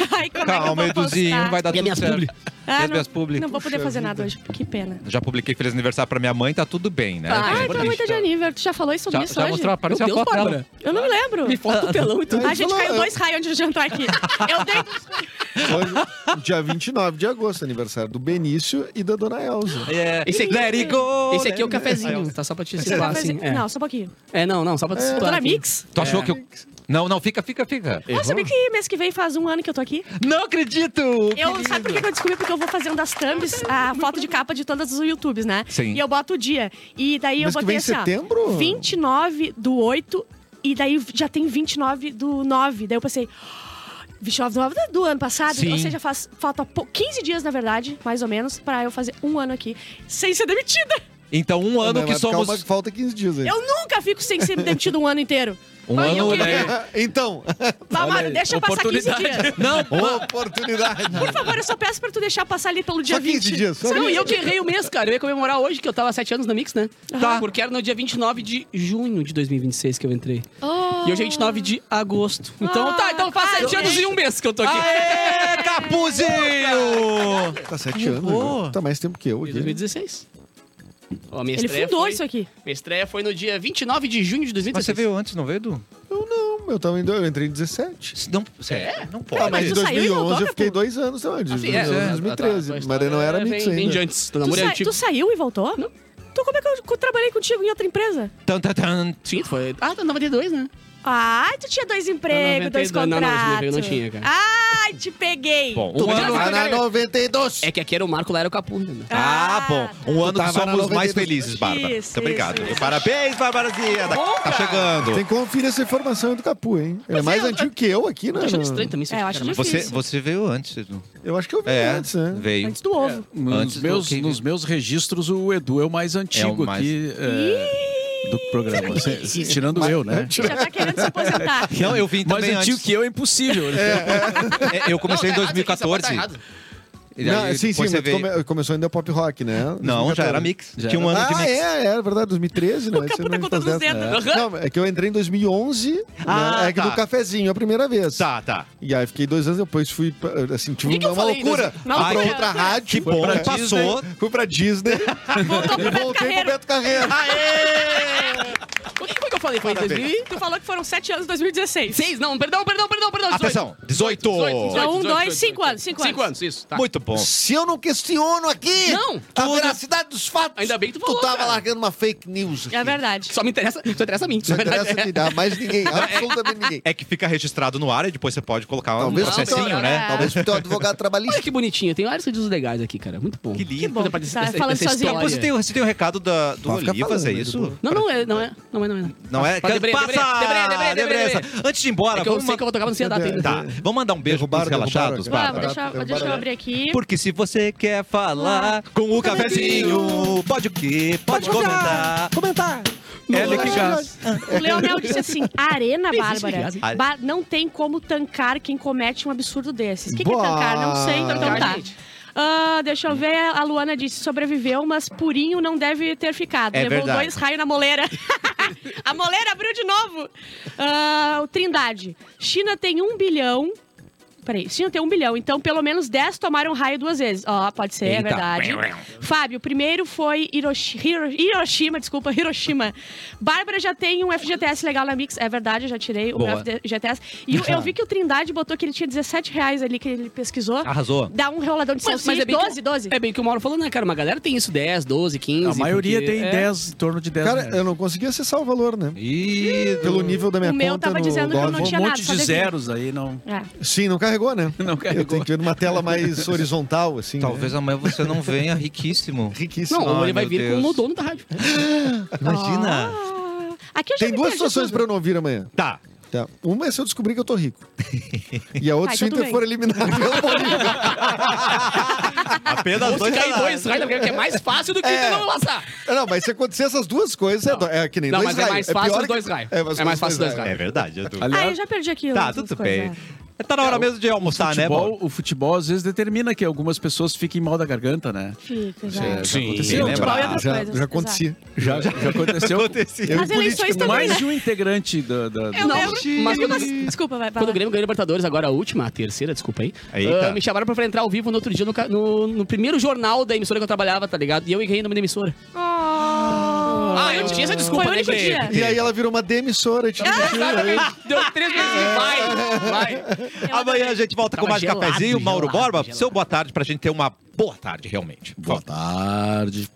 Ai, como é que eu Calma, vou Eduzinho, postar? vai dar E as tudo minhas publi? certo. Ah, E as não, minhas publi? não vou poder fazer nada hoje. Que pena. Já publiquei feliz aniversário pra minha mãe, tá tudo bem, Ah, né? Ai, Gente, tu é muito de anível. Tu já falou isso sobre já, isso já hoje? mostrou, apareceu a Meu Deus, foto dela. Bárbara. Eu não me lembro. Me falta o telão e tudo. *laughs* A gente Falou, caiu eu- dois raios antes de entrar *laughs* aqui. Eu dei. Hoje, dia 29 de agosto, aniversário do Benício e da dona Elza. É. Esse aqui- Let it go, Esse aqui let it é o go. cafezinho, tá? Só pra te situar, assim. é. Não, só um pouquinho. É, não, não, só pra te situar. Dona aqui. Mix? Tu É. achou que eu... Não, não, fica, fica, fica. Ah, sabia que mês que vem faz um ano que eu tô aqui? Não acredito! Eu, sabe por que que eu descobri? Porque eu vou fazer um das thumbs, a foto de capa de todas os YouTubes, né? Sim. E eu boto o dia. E daí eu Mas que botei vem em assim, ó. setembro? 29 do 8, e daí já tem 29 do 9. Daí eu pensei. 29 do 9 do ano passado, Sim. ou seja, faz, falta pou- 15 dias, na verdade, mais ou menos, pra eu fazer um ano aqui sem ser demitida. Então, um ano Mas que vai ficar somos... uma que falta 15 dias aí. Eu nunca fico sem ser demitido um ano inteiro. Um Ai, eu ano, queria- né? *laughs* Então, Bah, Olha Mário, aí, deixa eu passar 15 oportunidade. dias. Não, oportunidade. Por favor, eu só peço pra tu deixar passar ali pelo dia Só 15 20. dias, só Não, e eu que errei o mês, cara. Eu ia comemorar hoje, que eu tava há 7 anos na Mix, né? Tá. Porque era no dia 29 de junho de 2026 que eu entrei. Oh. E hoje é 29 de agosto. Então Ah, tá, então faz claro. É. 7 anos e um mês que eu tô aqui. Aê, Capuzio! Tá sete anos. Pô. né? Tá mais tempo que eu Em aqui. 2016. Ó, a minha Ele estreia fundou foi- isso aqui. Minha estreia foi no dia 29 de junho de Mas 2016. você veio antes, não veio, Edu? Eu não, eu tava em dois, eu entrei em 17. Isso Não, é? não pode. Ah, mas em tu saiu em 2011 eu autógrafo? fiquei dois anos também, de Assim, 2011 é, a é, 2013. tá, tá. mas daí não era Vem- mix Vem de ainda. antes. Teu Tu, namoro é sa- antigo. tu saiu e voltou? Então como é que eu co- trabalhei contigo em outra empresa? Tan, tan, tan. Sim, tu foi. Ah, tá 92, né? Ai, Ah, tu tinha dois empregos, dois 92, não, não, contratos. esse emprego não tinha, cara. Ai, te peguei. Bom, Tu um tava ano... na- na 92! É que aqui era o Marco, lá era o Capu. Né? Ah, tá. bom. Um ano que tava na somos 92. mais felizes, Bárbara. Isso, Muito obrigado. isso, isso. Parabéns, Barbarazinha. Bom, Tá cara. chegando. Tem que conferir essa informação do Capu, hein? É mais eu- antigo que eu aqui, Tô né? achando estranho também isso É, aqui, eu cara, acho mas- Você, difícil. você veio antes, Edu. Eu acho que eu vi É, antes, né? veio. Antes do ovo. Nos, Antes do meus, que- nos meus registros, o Edu é o mais antigo mais- aqui é, do programa. Se- se- Tirando eu, né? Já tá querendo se aposentar. Não, eu vim Mais também antigo antes. que eu é impossível. É, Eu comecei Ah, em Não, tá errado, isso aqui, 2014. essa parte tá errada. E Não, aí sim, sim, depois você mas veio- come- começou ainda o pop rock, né? Não, já 2014. era mix. Já Tinha um era. ano de Ah, mix. é, é verdade, 2013, né? O Capu Você tá não contando faz os dessa. dedos. Aham. Não, é que eu entrei em 2011, Ah, né? é que tá. no cafezinho, a primeira vez. Tá, tá. E aí fiquei dois anos depois, fui, pra- assim, tive Que que eu uma falei loucura. em Fui dois- pra Ai, outra que rádio. né? Que bom que passou. Fui pra Disney Voltou pro e voltei Beto pro Carreiro. Beto Carreiro. O que foi que eu falei? Foi em 2006? Tu falou que foram sete anos em 2016. Não, perdão, perdão, perdão, perdão. 18. Atenção, 18. Então, um, 18, dois, cinco anos, cinco Cinco anos. anos, isso. Tá. Muito bom. Se eu não questiono aqui Não, a tudo- veracidade dos fatos, Ainda bem que tu falou, tava cara. largando uma fake news. É verdade. Só me interessa, só interessa a mim. Não na verdade, interessa é. de dar mais ninguém, absolutamente ninguém. É que fica registrado no ar e depois você pode colocar um Talvez processinho, não, né? né? Talvez pro teu advogado Olha trabalhista. que bonitinho, tem vários vídeos legais aqui, cara. Muito bom. Que lindo. Conta pra dessa- Tá dessa- falando dessa sozinho. história. Você tem, você tem o recado da, do Pode ficar Olivas, falando, é né, isso? Edu? Não, não é, não é, não é, não é. Não, Não é? Debrei, Passa! debrei, debrei, debrei, debrei, Debrei, debrei. Antes de ir embora, É que eu vamos sei que eu vou tocar, mas não sei a data ainda. Tá, vamos mandar um beijo para os Derrubaram, relaxados, derrubaram. Vamos, Bárbara? deixa, eu- deixa eu abrir aqui. Porque se você quer falar com o cafezinho, pode o quê? Pode comentar. É Comentar. Ela que gás. O Leonel disse assim: Não Arena existe Bárbara, graça. ba- não tem como tancar quem comete um absurdo desses. O que, que é Bah. tancar? Não sei, então Tancar, tá. gente. Ah, deixa eu ver, a Luana disse: sobreviveu, mas purinho não deve ter ficado. É Levou verdade. dois raios na moleira. *laughs* a moleira abriu de novo. Ah, o Trindade: China tem um bilhão. Peraí, China tem um bilhão, então pelo menos 10 tomaram raio duas vezes. Ó, pode ser, é Eita. verdade. Fábio, o primeiro foi Hiroshi- Hiro- Hiroshima, desculpa, Hiroshima. Bárbara já tem um FGTS legal na Mix, é verdade, eu já tirei o Boa. meu FGTS. E eu, eu vi que o Trindade botou que ele tinha 17 reais ali que ele pesquisou. Arrasou. Dá um roladão de Mas, salsicha, mas é bem 12, que, 12. É bem que o Mauro falou, né, cara? Uma galera tem isso 10, 12, 15. A maioria porque- tem é. 10, em torno de 10 Cara, reais. eu não consegui acessar o valor, né? Ih, Pelo nível da minha O meu conta tava no dizendo que eu não Gov. tinha um nada, monte só de desenho. zeros aí, não. É. Sim, não carregou, né? Não Eu tenho carregou. que ver numa *laughs* tela mais horizontal, assim. talvez amanhã você não venha riquíssimo. Né? Riquíssimo. Não, ou Ai, ele vai meu vir Deus. como o dono *laughs* da rádio. Imagina. Ah, aqui eu já Tem me duas perdi situações tudo. pra eu não vir amanhã. Tá. Tá. Uma é se eu descobrir que eu *laughs* tô rico. E a outra, Ah, se o então Inter tudo for eliminado, eu vou ligar. *laughs* Apenas Ou se dois cair reais. dois raios, porque é mais fácil do que É. então vamos passar. Não, mas se acontecer essas duas coisas, é, do- é que nem Não, dois mas é raios. mais fácil pior os dois que- raios. É, É mais fácil os dois É verdade, Edu. Ah, eu já perdi aqui. Tá, as- as tudo coisas, bem. é. Tá na hora mesmo de almoçar, né, futebol, Mauro? o futebol às vezes determina que algumas pessoas fiquem mal da garganta, né? Fica, já. É, já aconteceu, Sim, né, futebol e Bárbara? outras Já, coisas, já acontecia. Já, já aconteceu Aconteceu. Eu As em eleições política, também, mais né? de um integrante da. da- Eu Não, lembro. mas teve quando- umas- Desculpa, vai, vai Quando o lá. Grêmio ganhou a Libertadores, agora a última, a terceira, desculpa aí. Eita. ah, me chamaram pra entrar ao vivo no outro dia no, ca- no- no primeiro jornal da emissora que eu trabalhava, tá ligado? E eu errei o nome da emissora. Ah, eu tinha essa desculpa, Foi o único né, dia. gente? E aí ela virou uma demissora. Tipo, Ah! Exatamente. Deu três meses e vai, vai. Amanhã a gente volta com Tava mais gelado, cafezinho. Mauro gelado, Borba, gelado. seu boa tarde pra gente ter uma boa tarde, realmente. Por favor. Boa tarde.